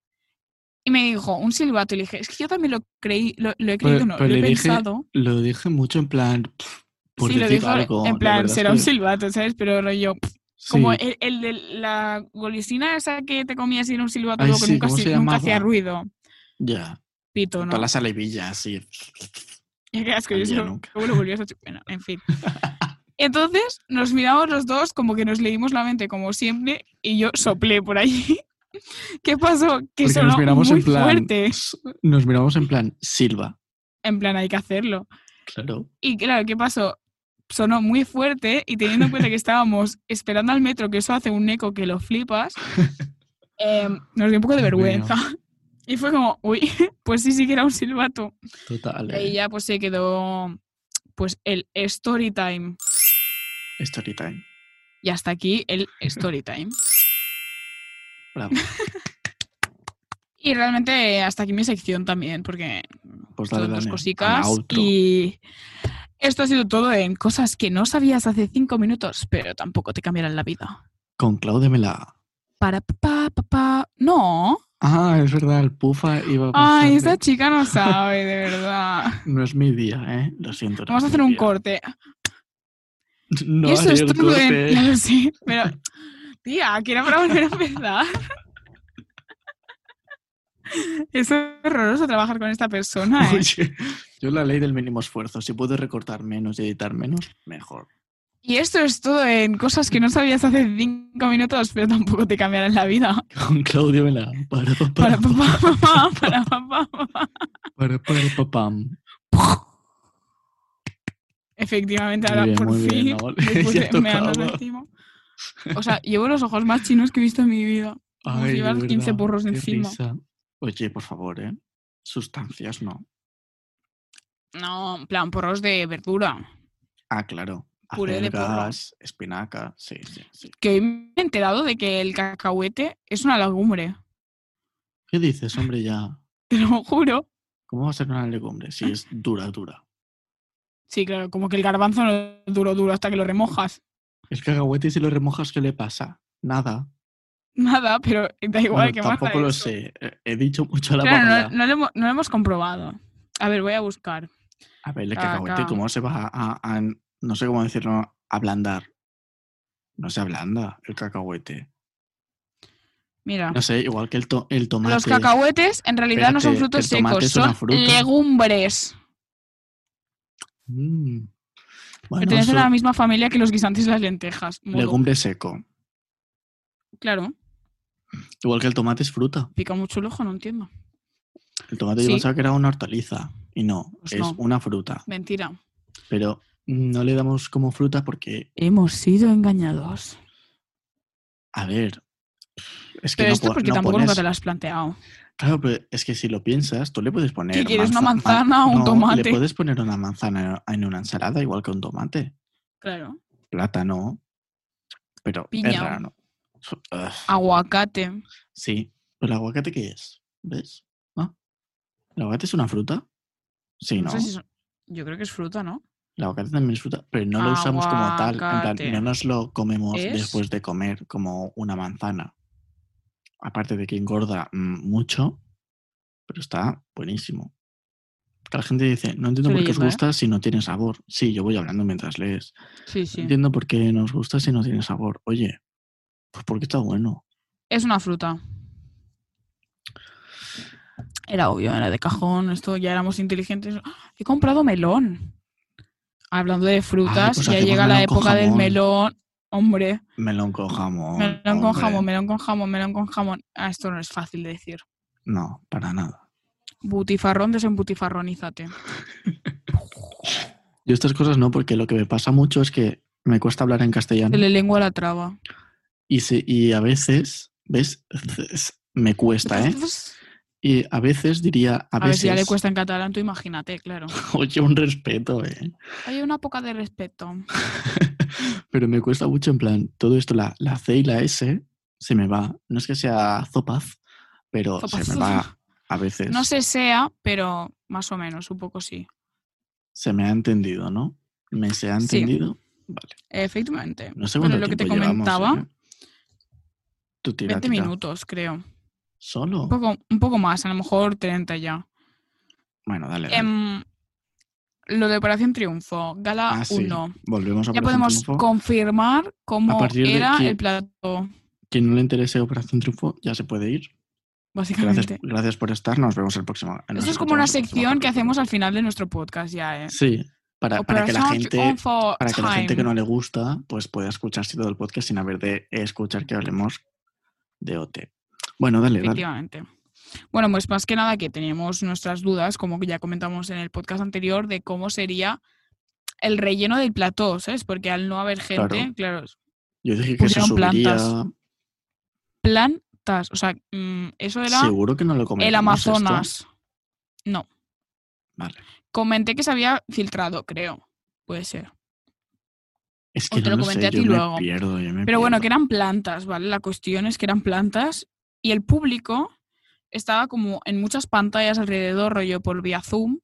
S2: Y me dijo un silbato y le dije, es que yo también lo creí, lo, lo he creído,
S1: Pero-
S2: no,
S1: pero
S2: lo he
S1: Pues, le dije-
S2: pensado.
S1: Lo dije mucho en plan. pff, por
S2: sí, lo
S1: decir
S2: dijo
S1: algo,
S2: en
S1: la
S2: plan,
S1: verdad es
S2: será
S1: que-
S2: un silbato, ¿sabes? Pero yo,
S1: Sí.
S2: como el, el de la golosina esa que te comías y era un silbato
S1: Ay,
S2: luego que
S1: sí,
S2: nunca,
S1: ¿cómo
S2: si-
S1: se
S2: nunca hacía
S1: llamaba?
S2: ruido.
S1: Ya.
S2: Pito, ¿no?
S1: Todas las alevillas, sí.
S2: Ya que asco, yo
S1: Cambia
S2: solo-
S1: nunca.
S2: luego lo volví a hacer. Bueno, en fin. Entonces nos miramos los dos, como que nos leímos la mente, como siempre, y yo soplé por allí. ¿Qué pasó? Que
S1: Porque
S2: sonó
S1: nos miramos
S2: muy
S1: en plan.
S2: fuerte.
S1: s- Nos miramos en plan, Silva.
S2: En plan, hay que hacerlo.
S1: Claro.
S2: Y claro, ¿qué pasó? Sonó muy fuerte y teniendo en cuenta que estábamos esperando al metro, que eso hace un eco que lo flipas, em, nos dio un poco de
S1: Dios mío.
S2: vergüenza. Y fue como, uy, pues sí, sí que era un silbato.
S1: Total.
S2: Y ahí
S1: eh,
S2: ya pues se quedó pues el story time.
S1: Story time.
S2: Y hasta aquí el story time.
S1: Bravo.
S2: Y realmente hasta aquí mi sección también, porque
S1: Pues dale,
S2: son dos
S1: Dani, a la
S2: cositas.
S1: outro.
S2: Y esto ha sido todo en cosas que no sabías hace cinco minutos, pero tampoco te cambiarán la vida.
S1: Con Claudia Mela.
S2: Para papá, papá. No.
S1: Ah, es verdad, el pufa iba a pasar.
S2: Ay,
S1: de-
S2: esta chica no sabe, de verdad.
S1: No es mi día, ¿eh? Lo siento. no
S2: Vamos a
S1: es
S2: hacer
S1: mi
S2: un
S1: día.
S2: corte.
S1: No
S2: y eso
S1: hay
S2: es
S1: el
S2: todo
S1: corte.
S2: en. Ya lo sé, pero. Tía, que era para volver a empezar. es horroroso trabajar con esta persona. ¿eh?
S1: Oye, yo la ley del mínimo esfuerzo. Si puedo recortar menos y editar menos, mejor.
S2: Y esto es todo en cosas que no sabías hace cinco minutos, pero tampoco te cambiarán la vida.
S1: Con Claudio me la para pa, para
S2: Para papá, papá, para papá, papá.
S1: para para pa, pam.
S2: Efectivamente,
S1: Muy
S2: ahora
S1: bien,
S2: por
S1: muy bien,
S2: fin
S1: no, vale, ya
S2: me puse meando
S1: tocaba.
S2: encima. O sea, llevo los ojos más chinos que he visto en mi vida. Vamos a
S1: Ay, de
S2: llevar 15
S1: verdad,
S2: porros
S1: qué
S2: encima.
S1: risa. Oye, por favor, ¿eh? Sustancias no.
S2: No, en plan, porros de verdura.
S1: Ah, claro.
S2: Puré de porro.
S1: Acelgas, espinaca, sí, sí, sí.
S2: Que hoy me he enterado de que el cacahuete es una legumbre.
S1: ¿Qué dices, hombre, ya?
S2: Te lo juro.
S1: ¿Cómo va a ser una legumbre si es dura, dura?
S2: Sí, claro, como que el garbanzo no es duro, duro hasta que lo remojas.
S1: El cacahuete, si lo remojas, ¿qué le pasa? Nada.
S2: Nada, pero da
S1: Bueno,
S2: igual que más.
S1: tampoco
S2: da
S1: lo
S2: eso.
S1: sé. Eh, He dicho mucho a la
S2: Claro,
S1: parda.
S2: no, no lo hemos, no lo hemos comprobado. A ver, voy a buscar.
S1: A ver, el
S2: Caca.
S1: cacahuete, ¿cómo se va a, a- a- No sé cómo decirlo, ablandar? No se ablanda el cacahuete.
S2: Mira.
S1: No sé, igual que el, to- el tomate.
S2: Los cacahuetes en realidad no son
S1: espérate,
S2: frutos
S1: el tomate Ah,
S2: secos,
S1: es una
S2: son
S1: fruta.
S2: legumbres.
S1: Mm. Bueno,
S2: Pertenecen a
S1: eso,
S2: la misma familia que los guisantes y las lentejas. Modo.
S1: legumbre seco.
S2: Claro,
S1: Igual que el tomate es fruta.
S2: pica mucho el ojo, no entiendo.
S1: El tomate
S2: Sí.
S1: yo pensaba que era una hortaliza. Y no,
S2: Pues
S1: es
S2: no.
S1: una fruta.
S2: Mentira.
S1: Pero no le damos como fruta porque,
S2: Hemos sido engañados.
S1: a ver. Es que
S2: Pero
S1: no
S2: esto
S1: po-
S2: porque
S1: no
S2: tampoco nunca
S1: pones-
S2: te lo has planteado.
S1: Claro, pero es que si lo piensas, tú le puedes poner.
S2: ¿Qué quieres, una
S1: manza-
S2: manzana o un
S1: No,
S2: tomate?
S1: Le puedes poner una manzana en una ensalada, igual que un tomate.
S2: Claro.
S1: Plátano. Pero es
S2: Piña.
S1: raro. Su- ugh,
S2: Aguacate.
S1: Sí. ¿Pero el aguacate qué es? ¿Ves? ¿Ah? ¿El aguacate es una fruta? Sí,
S2: No
S1: ¿no?
S2: sé si son- Yo creo que es fruta, ¿no?
S1: El aguacate también es fruta, pero no lo usamos como tal. En
S2: Ah, Aguacate.
S1: plan, no nos lo comemos
S2: ¿Es?
S1: después de comer como una manzana. Aparte de que engorda mm, mucho, pero está buenísimo. Que La gente dice, no entiendo
S2: Estoy
S1: por qué os
S2: leyendo, ¿eh?
S1: gusta si no tiene sabor. Sí, yo voy hablando mientras lees.
S2: Sí,
S1: No
S2: sí.
S1: entiendo por qué nos gusta si no tiene sabor. Oye, pues porque está bueno.
S2: Es una fruta. Era obvio, era de cajón, esto ya éramos inteligentes. ¡Ah! He comprado melón. Hablando de frutas,
S1: pues
S2: ya
S1: hacemos
S2: llega la
S1: melón con
S2: época del
S1: jamón.
S2: melón. Hombre,
S1: Melón con jamón.
S2: Mm, melón con
S1: hombre.
S2: jamón, melón con jamón, melón con jamón. Ah, esto no es fácil de decir.
S1: No, para nada.
S2: Butifarrón, desembutifarronízate.
S1: Yo estas cosas no, porque lo que me pasa mucho es que me cuesta hablar en castellano.
S2: Se le lengua la traba.
S1: Y, se- y a veces, ¿ves? Me cuesta, ¿eh? Y a veces diría, a,
S2: pues, A ver si ya le
S1: veces,
S2: cuesta en catalán, tú imagínate, claro.
S1: oye, un respeto, ¿eh?
S2: Hay una poca de respeto.
S1: Pero me cuesta mucho, en plan, todo esto, la, la C y la S, se me va. No es que sea zopaz, pero se
S2: Zopaz.
S1: me va a veces.
S2: No se sea, pero más o menos, un poco sí.
S1: Se me ha entendido, ¿no? ¿Me se ha
S2: Sí.
S1: entendido? Vale.
S2: Efectivamente.
S1: No sé
S2: Bueno,
S1: cuánto
S2: lo que te
S1: tiempo llevamos,
S2: comentaba,
S1: ¿eh? Tú tira,
S2: 20
S1: tira.
S2: minutos, creo.
S1: ¿Solo?
S2: Un poco, un poco más, a lo mejor 30 ya.
S1: Bueno, dale. dale.
S2: Em, lo de Operación Triunfo, Gala
S1: Ah, sí.
S2: 1.
S1: Volvemos a
S2: Ya
S1: Operación
S2: podemos
S1: Triunfo.
S2: confirmar
S1: A
S2: cómo
S1: partir de
S2: era
S1: que-
S2: el plato,
S1: Quien no le interese Operación Triunfo ya se puede ir. Gracias,
S2: básicamente.
S1: gracias por estar. Nos vemos el próximo. nos
S2: Eso es como una
S1: escuchamos el próximo
S2: sección que
S1: capítulo.
S2: hacemos al final de nuestro podcast ya, ¿eh?
S1: Sí, para, para que la
S2: Operación
S1: gente
S2: Triunfo
S1: para que la gente que
S2: Time.
S1: no le gusta, pues pueda escucharse todo el podcast sin haber de escuchar que hablemos de OT. Bueno, dale, dale.
S2: Efectivamente. Bueno, pues más que nada que teníamos nuestras dudas, como que ya comentamos en el podcast anterior, de cómo sería el relleno del plató, ¿sabes? Porque al no haber gente,
S1: Claro.
S2: claro,
S1: Yo dije que se
S2: Pusieron
S1: subiría.
S2: plantas. plantas, o sea, mm, eso era
S1: Seguro que no lo comentamos.
S2: el
S1: esto.
S2: Amazonas.
S1: Vale.
S2: Comenté que se había filtrado, creo. Puede ser.
S1: Es
S2: O
S1: que
S2: te
S1: no
S2: lo
S1: lo
S2: comenté
S1: sé,
S2: a ti
S1: yo
S2: luego.
S1: me pierdo, yo me
S2: Pero bueno, que
S1: pierdo.
S2: eran plantas, ¿vale? La cuestión es que eran plantas y el público estaba como en muchas pantallas alrededor, rollo por vía Zoom,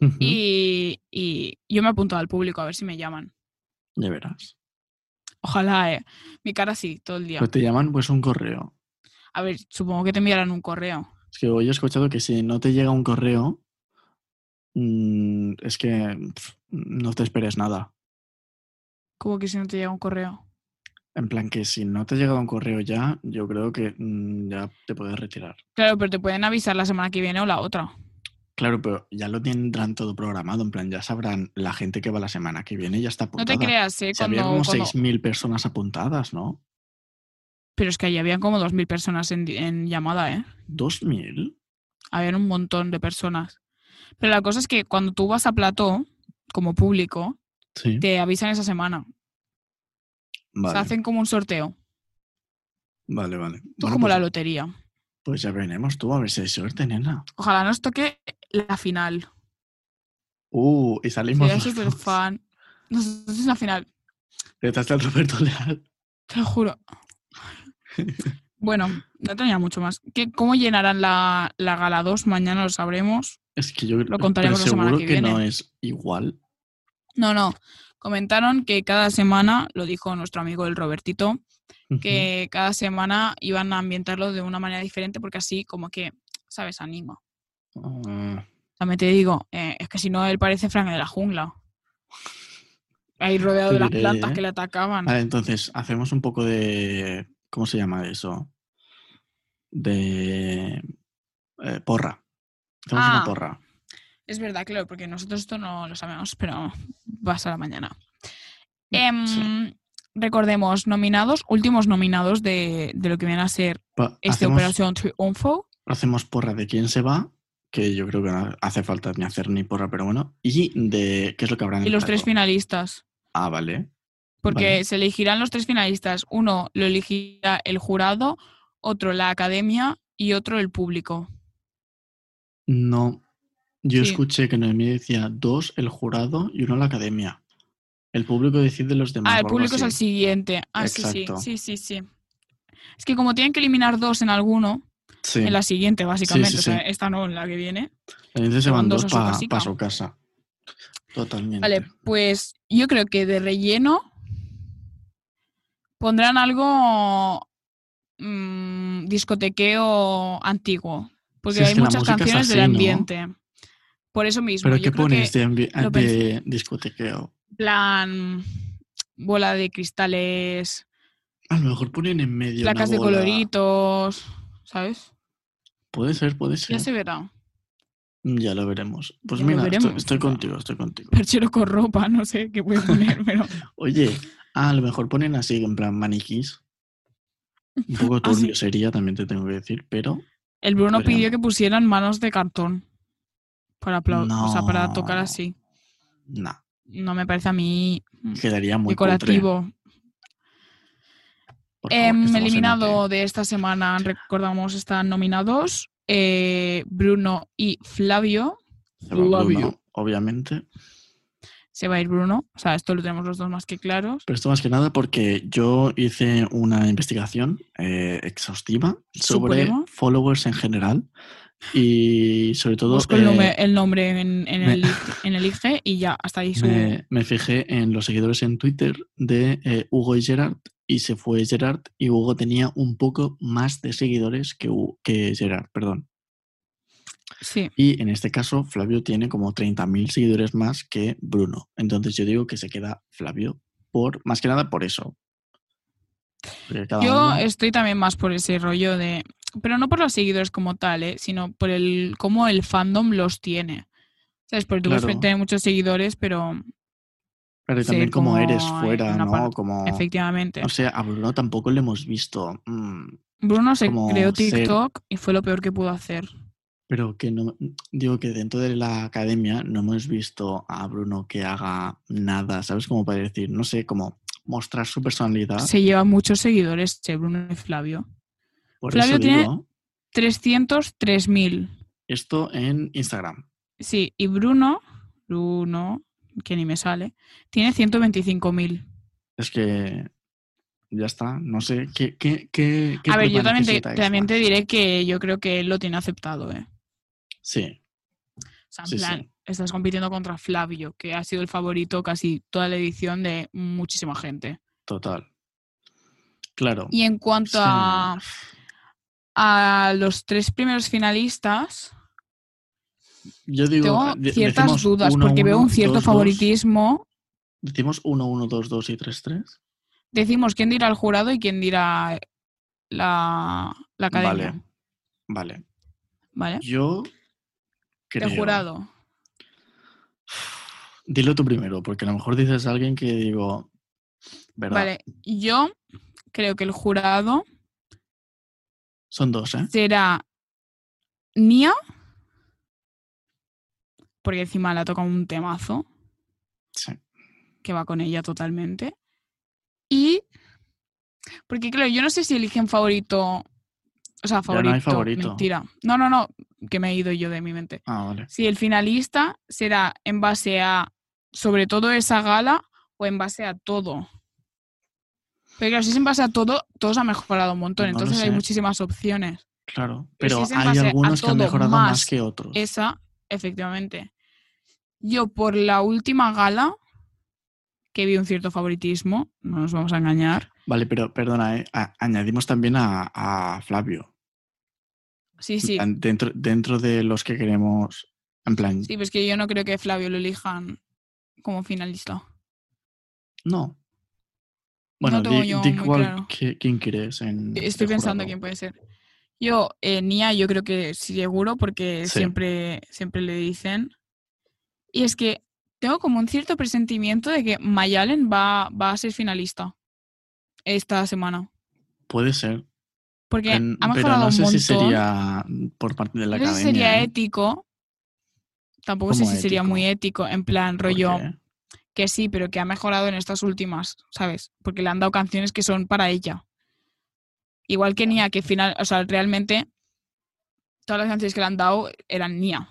S1: Ujú,
S2: y, y yo me apunto al público a ver si me llaman.
S1: Ya verás.
S2: Ojalá, eh. Mi cara sí, todo el día.
S1: Pues te llaman pues un correo.
S2: A ver, supongo que te enviarán un correo.
S1: Es que hoy he escuchado que si no te llega un correo, mm, es que pf, no te esperes nada.
S2: Como que si no te llega un correo.
S1: En plan que si no te ha llegado un correo ya, yo creo que mm, ya te puedes retirar.
S2: Claro, pero te pueden avisar la semana que viene o la otra.
S1: Claro, pero ya lo tendrán todo programado, en plan, ya sabrán la gente que va la semana que viene, ya está
S2: No
S1: apuntada.
S2: te creas, ¿eh?
S1: Si había
S2: Cuando,
S1: como
S2: cuando-
S1: 6.000 personas apuntadas, ¿no?
S2: Pero es que allí habían como 2.000 personas en, di- en llamada, ¿eh?
S1: ¿2.000?
S2: Habían un montón de personas. Pero la cosa es que cuando tú vas a plató, como público,
S1: Sí.
S2: te avisan esa semana. O
S1: Vale,
S2: sea, hacen como un sorteo.
S1: vale, vale.
S2: Tú
S1: Bueno,
S2: como
S1: pues,
S2: la lotería.
S1: pues ya veremos tú, a ver si hay suerte, nena.
S2: Ojalá nos toque la final.
S1: Uh, y salimos
S2: Sería
S1: los
S2: súper
S1: dos.
S2: fan. Nosotros en la final,
S1: Detrás del Roberto Leal.
S2: te lo juro. Bueno, no tenía mucho más. ¿Qué, ¿Cómo llenarán la, la gala 2? Mañana lo sabremos.
S1: Es que yo
S2: Lo
S1: pero
S2: contaremos la semana
S1: seguro
S2: que
S1: que no
S2: viene.
S1: es igual.
S2: No, no. Comentaron que cada semana, lo dijo nuestro amigo el Robertito,
S1: Ujú.
S2: que cada semana iban a ambientarlo de una manera diferente porque así como que, ¿sabes? Anima.
S1: Ah,
S2: También te digo, eh, es que si no, él parece Frank de la jungla. Ahí rodeado
S1: Te
S2: de las
S1: diré,
S2: plantas
S1: ¿eh?
S2: que le atacaban.
S1: Vale, entonces, hacemos un poco de... ¿Cómo se llama eso? De... eh, porra. Hacemos una
S2: Ah.
S1: porra.
S2: Es verdad, claro, porque nosotros esto no lo sabemos, pero va a ser la mañana.
S1: Mm, Sí.
S2: Em, Recordemos, nominados, últimos nominados de, de lo que viene a ser
S1: Pa-
S2: este
S1: hacemos,
S2: Operación Triunfo.
S1: hacemos porra de quién se va, que yo creo que no hace falta ni hacer ni porra, pero bueno. Y de qué es lo que habrá en
S2: Y
S1: el
S2: los tres
S1: plato.
S2: finalistas.
S1: Ah, vale.
S2: Porque
S1: Vale.
S2: se elegirán los tres finalistas. Uno lo elegirá el jurado, otro la academia y otro el público.
S1: No. Yo
S2: Sí.
S1: escuché que Noemí decía dos, el jurado y uno la academia. El público decide los demás.
S2: Ah, el
S1: o algo
S2: público es
S1: así.
S2: el siguiente. Ah, sí, sí,
S1: Exacto.
S2: sí, sí, sí. Es que como tienen que eliminar dos en alguno,
S1: Sí.
S2: en la siguiente básicamente,
S1: sí,
S2: o sea,
S1: sí.
S2: esta no, en la que viene,
S1: Entonces se van dos
S2: segundos a su
S1: para
S2: casita.
S1: su casa. Totalmente.
S2: Vale, pues yo creo que de relleno pondrán algo mm, discotequeo antiguo. Porque
S1: Si es
S2: hay
S1: que la
S2: muchas
S1: música es
S2: canciones del
S1: así, ¿no?
S2: ambiente. Por eso mismo.
S1: ¿Pero
S2: yo
S1: qué
S2: creo
S1: pones
S2: que
S1: de, ambi-
S2: lo
S1: de discotequeo?
S2: plan bola de cristales,
S1: A lo mejor ponen en medio una
S2: placas de
S1: bola.
S2: coloritos, ¿sabes?
S1: Puede ser, puede ser. Mm,
S2: Ya se verá.
S1: Ya lo veremos. Pues
S2: Ya lo
S1: mira, estoy,
S2: veremos,
S1: estoy
S2: o sea.
S1: contigo, estoy contigo.
S2: Perchero con ropa, no sé qué voy a poner, pero
S1: Oye, a lo mejor ponen así, en plan maniquís. Un poco
S2: Ah, sí.
S1: turbio sería, también te tengo que decir, pero
S2: el Bruno
S1: Veremos.
S2: pidió que pusieran manos de cartón para aplau- o sea, para tocar
S1: No.
S2: así.
S1: nada,
S2: no me parece a mí mm,
S1: quedaría muy cutre,
S2: decorativo.
S1: por favor, que
S2: Em,
S1: estamos en
S2: eliminado
S1: OT.
S2: de esta semana, recordamos, están nominados eh, Bruno y Flavio.
S1: Se va
S2: Love
S1: Bruno,
S2: you.
S1: obviamente.
S2: Se va a ir Bruno, o sea, esto lo tenemos los dos más que claros.
S1: Pero esto más que nada porque yo hice una investigación eh, exhaustiva sobre
S2: Suponemos.
S1: followers en general y sobre todo
S2: Busco el,
S1: eh,
S2: nombre, el nombre en, en
S1: me-
S2: el, IG en el IG y ya, hasta ahí su...
S1: me, me fijé en los seguidores en Twitter de eh, Hugo y Gerard y se fue Gerard y Hugo tenía un poco más de seguidores que, Hu- que Gerard, perdón.
S2: Sí,
S1: Y en este caso, Flavio tiene como 30.000 seguidores más que Bruno. Entonces yo digo que se queda Flavio por, más que nada por eso. Porque cada
S2: yo
S1: uno-
S2: estoy también más por ese rollo de, pero no por los seguidores como tal, ¿eh? sino por el cómo el fandom los tiene. ¿Sabes? Porque tú puedes
S1: Claro.
S2: tener muchos seguidores, pero
S1: Claro, y
S2: sí,
S1: también como,
S2: como
S1: eres
S2: en
S1: fuera,
S2: una
S1: ¿no?
S2: parte-
S1: Como...
S2: efectivamente.
S1: Ah, O sea, a Bruno tampoco le hemos visto. mm,
S2: Bruno se
S1: como
S2: creó
S1: ser-
S2: TikTok y fue lo peor que pudo hacer.
S1: Pero que no. Digo que dentro de la academia no hemos visto a Bruno que haga nada, ¿sabes? Como para decir, no sé, como mostrar su personalidad.
S2: Se lleva muchos seguidores, este Bruno y Flavio.
S1: Por
S2: Flavio
S1: eso
S2: tiene-
S1: digo,
S2: 303.000.
S1: esto en Instagram.
S2: Sí, y Bruno, Bruno, que ni me sale, tiene 125.000.
S1: Es que. Ya está, no sé. ¿Qué, qué, qué, qué
S2: A ver,
S1: culpa
S2: yo también te,
S1: necesitáis
S2: también te
S1: más?
S2: diré que yo creo que él lo tiene aceptado, ¿eh?
S1: Sí,
S2: O sea, en
S1: Sí, sí.
S2: plan, estás compitiendo contra Flavio, que ha sido el favorito casi toda la edición de muchísima gente.
S1: total. Claro.
S2: Y en cuanto
S1: sí.
S2: a, a los tres primeros finalistas,
S1: Yo digo.
S2: tengo
S1: de-
S2: ciertas
S1: decimos
S2: dudas,
S1: uno,
S2: porque veo
S1: uno,
S2: un cierto
S1: dos, dos.
S2: favoritismo.
S1: Decimos 1, 1, 2, 2 y 3, 3.
S2: Decimos quién dirá el jurado y quién dirá la, la academia.
S1: Vale. Vale.
S2: ¿Vale?
S1: Yo creo...
S2: De jurado.
S1: Dilo tú primero, porque a lo mejor dices a alguien que digo... ¿Verdad?
S2: Vale, yo creo que el jurado
S1: Son dos, ¿eh?
S2: será Nia, porque encima la toca un temazo
S1: Sí.
S2: que va con ella totalmente. Y porque claro, yo no sé si eligen favorito, o sea,
S1: Ya
S2: favorito,
S1: no hay favorito.
S2: mentira. No, no, no, que me he ido yo de mi mente.
S1: Ah, vale.
S2: Si el finalista será en base a sobre todo esa gala o en base a todo. Pero claro, si es en base a todo, todo se ha mejorado un montón.
S1: No lo
S2: entonces hay
S1: sé.
S2: muchísimas opciones.
S1: Claro. Pero
S2: Pero si es en
S1: hay
S2: base a
S1: algunos que han
S2: todo
S1: mejorado más,
S2: más
S1: que otros.
S2: Esa, efectivamente. Yo por la última gala, que vi un cierto favoritismo, no nos vamos a engañar.
S1: Vale, pero perdona, ¿eh? A- añadimos también a, a Flavio.
S2: Sí,
S1: En
S2: sí.
S1: plan, Dentro, dentro de los que queremos... En plan,
S2: Sí, pues que yo no creo que Flavio lo elijan como finalista.
S1: no. Bueno,
S2: tengo
S1: di,
S2: yo
S1: di
S2: muy
S1: cuál-
S2: claro.
S1: qué- quién quieres en...
S2: Estoy
S1: de
S2: pensando
S1: jurado.
S2: quién puede ser. Yo, eh, Nia, yo creo que sí, seguro, porque
S1: Sí.
S2: siempre, siempre le dicen. Y es que tengo como un cierto presentimiento de que Mayalen va, va a ser finalista esta semana.
S1: Puede ser.
S2: Porque
S1: En-
S2: ha
S1: pero
S2: mejorado
S1: no sé
S2: un montón.
S1: si sería por parte de la
S2: no sé si
S1: academia.
S2: sería
S1: ¿eh?
S2: ético. Tampoco sé si
S1: ¿Cómo
S2: sería
S1: ético?
S2: muy ético. En plan,
S1: Porque-
S2: rollo, que sí, pero que ha mejorado en estas últimas, ¿sabes? Porque le han dado canciones que son para ella. Igual que Nia, que final, o sea, realmente todas las canciones que le han dado eran Nia.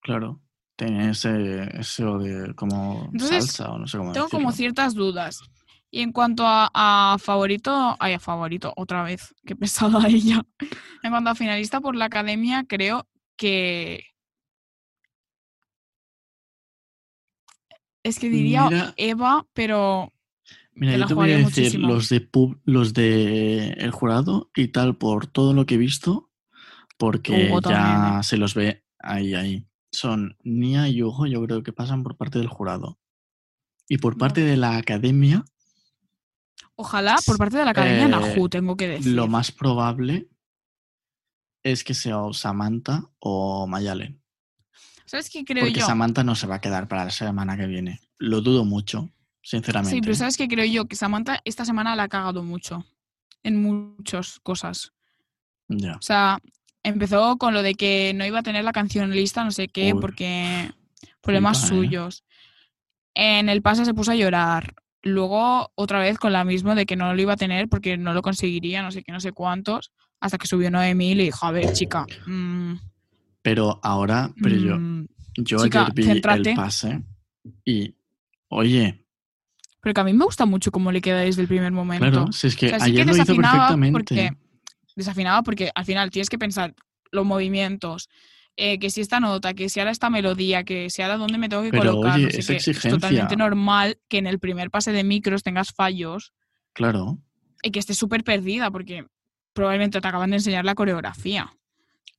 S1: Claro, tiene ese, eso de como
S2: Entonces,
S1: salsa o no sé cómo
S2: Tengo como
S1: decirlo.
S2: ciertas dudas. Y en cuanto a, a favorito, ay, a favorito, otra vez, qué pesada ella. En cuanto a finalista por la academia, creo que. Es que diría
S1: Mira-
S2: Eva, pero
S1: Mira, yo
S2: te la
S1: te voy a
S2: jugaría
S1: decir
S2: muchísimo.
S1: los de pub, los de el jurado y tal por todo lo que he visto, porque
S2: Hugo
S1: ya
S2: también,
S1: se los ve ahí, ahí. Son Nia y Hugo, yo creo que pasan por parte del jurado. Y por parte de la academia,
S2: ojalá por parte de la academia
S1: Eh,
S2: Nahu, tengo que decir.
S1: lo más probable es que sea o Samantha o Mayalen.
S2: ¿Sabes qué creo
S1: Porque
S2: yo?
S1: Samantha no se va a quedar para la semana que viene. Lo dudo mucho, sinceramente.
S2: Sí, pero ¿sabes qué creo yo? Que Samantha esta semana la ha cagado mucho. En muchas cosas.
S1: Ya.
S2: O sea, empezó con lo de que no iba a tener la canción lista, no sé qué,
S1: Uy.
S2: porque problemas
S1: Flipa, ¿eh?
S2: suyos. En el pase se puso a llorar. Luego, otra vez con la misma de que no lo iba a tener porque no lo conseguiría, no sé qué, no sé cuántos. Hasta que subió Noemí y le dijo, a ver, chica, mm,
S1: Pero ahora, pero yo,
S2: mm,
S1: yo
S2: chica,
S1: ayer vi
S2: céntrate.
S1: el pase y, oye,
S2: Pero que a mí me gusta mucho cómo le queda desde el primer momento.
S1: claro, si es que
S2: O sea, sí que
S1: ayer lo hizo
S2: desafinaba
S1: perfectamente.
S2: porque- desafinaba porque al final tienes que pensar los movimientos, eh, que si esta nota, que si ahora esta melodía, que si ahora dónde me tengo que
S1: Pero,
S2: colocar.
S1: oye,
S2: no sé
S1: es
S2: qué.
S1: exigencia.
S2: Es totalmente normal que en el primer pase de micros tengas fallos
S1: Claro,
S2: Y que esté súper perdida porque probablemente te acaban de enseñar la coreografía.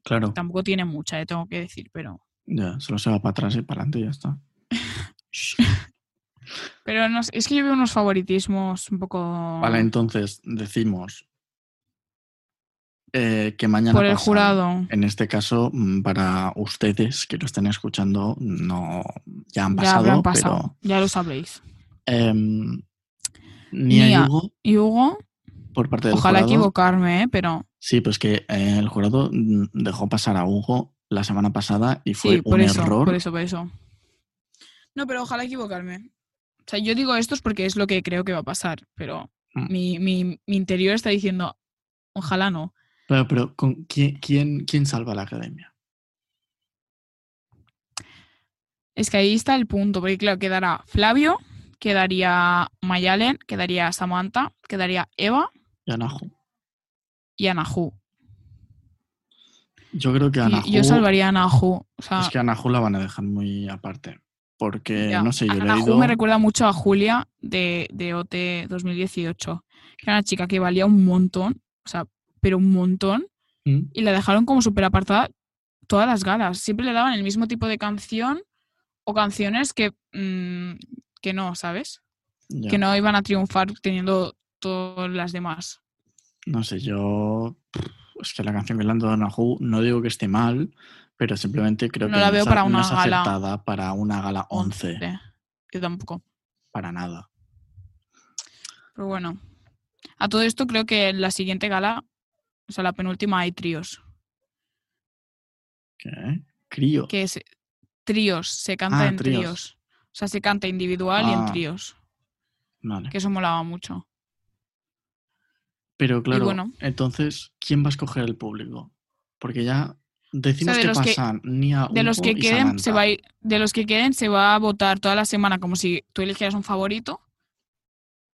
S1: Claro.
S2: Tampoco tiene mucha, eh, tengo que decir, pero...
S1: Ya, solo se va para atrás y para adelante y ya está.
S2: Pero no sé, es que yo veo unos favoritismos un poco...
S1: Vale, entonces decimos eh, que mañana.
S2: Por el
S1: pasan.
S2: jurado.
S1: En este caso, mm, para ustedes que lo estén escuchando, no ya han
S2: ya
S1: pasado,
S2: habrán pasado, ya lo sabréis.
S1: pero em, ni hay
S2: Nia.
S1: Hugo
S2: Y Hugo,
S1: por parte del
S2: ojalá
S1: jurado.
S2: equivocarme, ¿eh? pero
S1: Sí, pues que eh, el jurado mm, dejó pasar a Hugo la semana pasada y fue
S2: sí, por
S1: un
S2: eso,
S1: error.
S2: por eso, por eso. No, pero ojalá equivocarme. O sea, yo digo esto es porque es lo que creo que va a pasar, pero
S1: Mm.
S2: mi, mi- mi interior está diciendo, ojalá no.
S1: Claro, pero ¿con quién, quién, quién salva a la academia?
S2: Es que ahí está el punto, porque claro, quedará Flavio, quedaría Mayalen, quedaría Samantha, quedaría Eva
S1: Anahu.
S2: y Anahu.
S1: Yo creo que
S2: Y-
S1: Anahu.
S2: yo salvaría a Anahu. O sea,
S1: Es que Anahu la van a dejar muy aparte. Porque,
S2: Ya.
S1: no sé, yo le he
S2: Anahu
S1: leído.
S2: me recuerda mucho a Julia de, de OT 2018, que era una chica que valía un montón, o sea, pero un montón,
S1: Mm.
S2: y la dejaron como súper apartada todas las galas. Siempre le daban el mismo tipo de canción o canciones que, mm, que no, ¿sabes?
S1: Ya.
S2: Que no iban a triunfar teniendo todas las demás.
S1: No sé, yo. pff, Es que la canción que le han dado a Nahu, no digo que esté mal, pero simplemente creo
S2: No
S1: que
S2: la veo
S1: es, a-
S2: para una
S1: es
S2: gala
S1: acertada para una gala 11,
S2: Once. Yo tampoco.
S1: para nada.
S2: Pero bueno. A todo esto creo que en la siguiente gala, o sea, la penúltima hay tríos.
S1: ¿Qué? Crío.
S2: que es tríos, se canta
S1: Ah,
S2: en
S1: tríos.
S2: tríos. O sea, se canta individual y en
S1: Ah.
S2: tríos,
S1: Vale.
S2: que eso molaba mucho.
S1: Pero claro,
S2: bueno.
S1: entonces, ¿quién va a escoger el público? Porque ya decimos
S2: O sea, de
S1: que
S2: los que-
S1: pasan ni a
S2: De los
S1: Hugo
S2: que
S1: y
S2: queden se
S1: Samantha.
S2: va a ir- de los que queden se va a votar toda la semana como si tú eligieras un favorito. O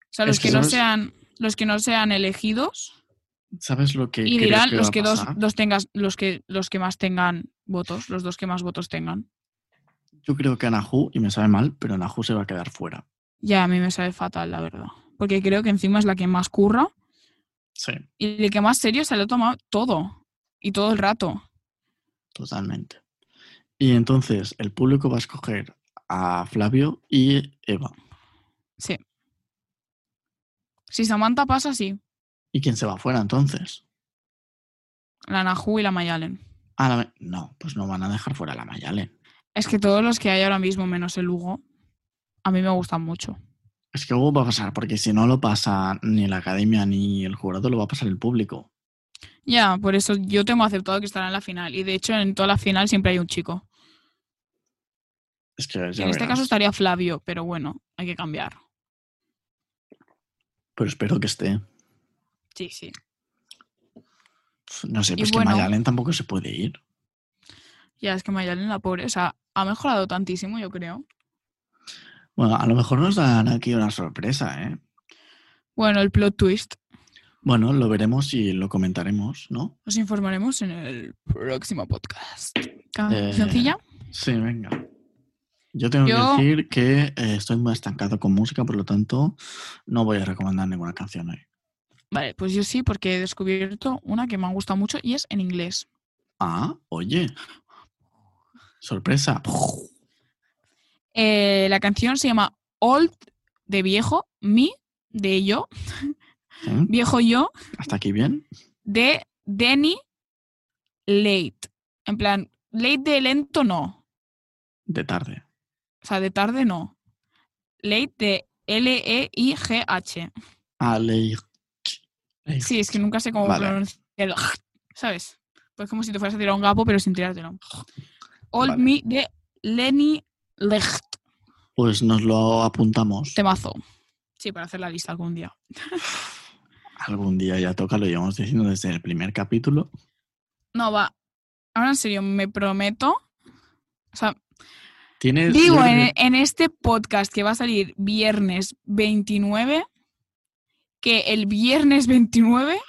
S2: sea,
S1: Es
S2: los
S1: que
S2: que, no
S1: sabes-
S2: sean los que no sean elegidos
S1: ¿Sabes lo que
S2: y
S1: creo
S2: dirán
S1: que va
S2: los
S1: a
S2: que dos,
S1: pasar?
S2: dos tengas los que los que más tengan votos, los dos que más votos tengan.
S1: Yo creo que Anahu, y me sabe mal, pero Anahu se va a quedar fuera.
S2: Ya a mí me sabe fatal, la verdad, porque creo que encima es la que más curra
S1: Sí,
S2: y el que más serio se lo ha tomado todo y todo el rato.
S1: totalmente. Y entonces, el público va a escoger a Flavio y Eva.
S2: Sí. Si Samantha pasa, sí.
S1: ¿Y quién se va fuera entonces?
S2: La Nahu y la Mayalen.
S1: Ah, la- No, pues no van a dejar fuera a la Mayalen.
S2: Es que todos los que hay ahora mismo, menos el Hugo, a mí me gustan mucho.
S1: Es que Hugo va a pasar, porque si no lo pasa ni la academia ni el jurado, lo va a pasar el público.
S2: Ya, por eso yo tengo aceptado que estará en la final. Y de hecho, en toda la final siempre hay un chico.
S1: Es que ya
S2: Y en este
S1: verás.
S2: caso estaría Flavio, pero bueno, hay que cambiar.
S1: Pero espero que esté.
S2: Sí, sí.
S1: Pf, No sé,
S2: Y
S1: pues
S2: bueno.
S1: que Mayalen tampoco se puede ir.
S2: Ya, es que Mayalen, la pobre, o sea, ha mejorado tantísimo, yo creo.
S1: Bueno, a lo mejor nos dan aquí una sorpresa, ¿eh?
S2: Bueno, el plot twist.
S1: Bueno, lo veremos y lo comentaremos, ¿no?
S2: Os informaremos en el próximo podcast.
S1: Eh.
S2: ¿Cancioncilla?
S1: Sí, venga. Yo tengo
S2: Yo-
S1: que decir que eh, estoy muy estancado con música, por lo tanto, no voy a recomendar ninguna canción hoy.
S2: Vale, pues yo sí, porque he descubierto una que me ha gustado mucho y es en inglés.
S1: Ah, oye. Sorpresa. Pues,
S2: Eh, la canción se llama Old de viejo, mi de yo,
S1: ¿Eh?
S2: viejo yo
S1: ¿Hasta aquí bien?
S2: de Denny Late. En plan, late de lento no,
S1: De tarde.
S2: o sea, de tarde no. Late de E L-E-I-G-H.
S1: Ah, ley. Ley.
S2: Sí, es que nunca sé cómo
S1: Vale.
S2: pronunciar el ¿sabes? Pues como si te fueras a tirar un gapo, pero sin tirártelo. Old
S1: Vale.
S2: me de Lenny Lecht.
S1: Pues nos lo apuntamos.
S2: Temazo. Sí, para hacer la lista algún día.
S1: Algún día ya toca, lo llevamos diciendo desde el primer capítulo.
S2: No, va. Ahora en serio, me prometo. O sea,
S1: Tienes. yo
S2: digo
S1: creo
S2: en,
S1: que-
S2: en este podcast que va a salir viernes 29, que el viernes 29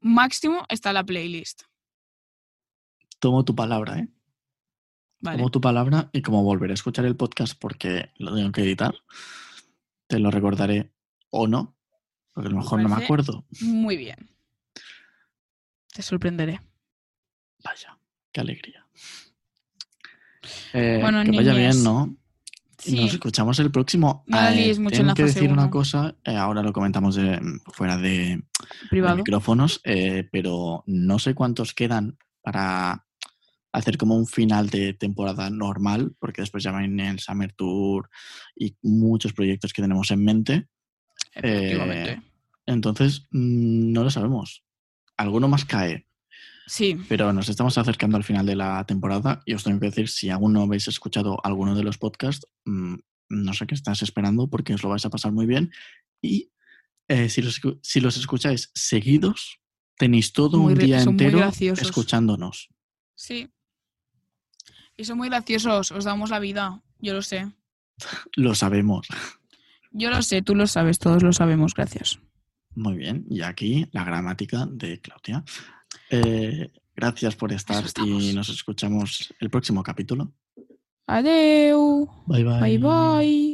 S2: máximo está la playlist.
S1: Tomo tu palabra, ¿eh?
S2: Vale.
S1: Tomo tu palabra y como volveré a escuchar el podcast porque lo tengo que editar, te lo recordaré o no, Porque a lo mejor no me
S2: parece-
S1: acuerdo.
S2: Muy bien. Te sorprenderé.
S1: Vaya, qué alegría. Eh,
S2: Bueno,
S1: que vaya
S2: niñes.
S1: bien, ¿no? Y
S2: Sí.
S1: Nos escuchamos el próximo. Ah,
S2: No la liéis mucho en
S1: tengo
S2: la
S1: que
S2: fase
S1: decir una
S2: uno.
S1: cosa, eh, ahora lo comentamos de- fuera de, de
S2: privado.
S1: micrófonos, eh, pero no sé cuántos quedan para hacer como un final de temporada normal, porque después ya viene el Summer Tour y muchos proyectos que tenemos en mente.
S2: efectivamente.
S1: eh, Entonces, mm, no lo sabemos. Alguno más cae,
S2: sí,
S1: pero nos estamos acercando al final de la temporada y os tengo que decir, si aún no habéis escuchado alguno de los podcasts, mm, no sé qué estás esperando porque os lo vais a pasar muy bien. Y eh, si, los, escu- si los escucháis seguidos, tenéis todo
S2: Muy
S1: un
S2: gra-
S1: día
S2: son muy
S1: entero
S2: graciosos.
S1: escuchándonos.
S2: sí. Y son muy graciosos. Os damos la vida. Yo lo sé.
S1: Lo sabemos.
S2: Yo lo sé. Tú lo sabes. Todos lo sabemos. Gracias.
S1: Muy bien. Y aquí la gramática de Claudia. Eh, gracias por estar y
S2: estamos.
S1: nos escuchamos el próximo capítulo.
S2: Adeu.
S1: Bye
S2: bye. bye.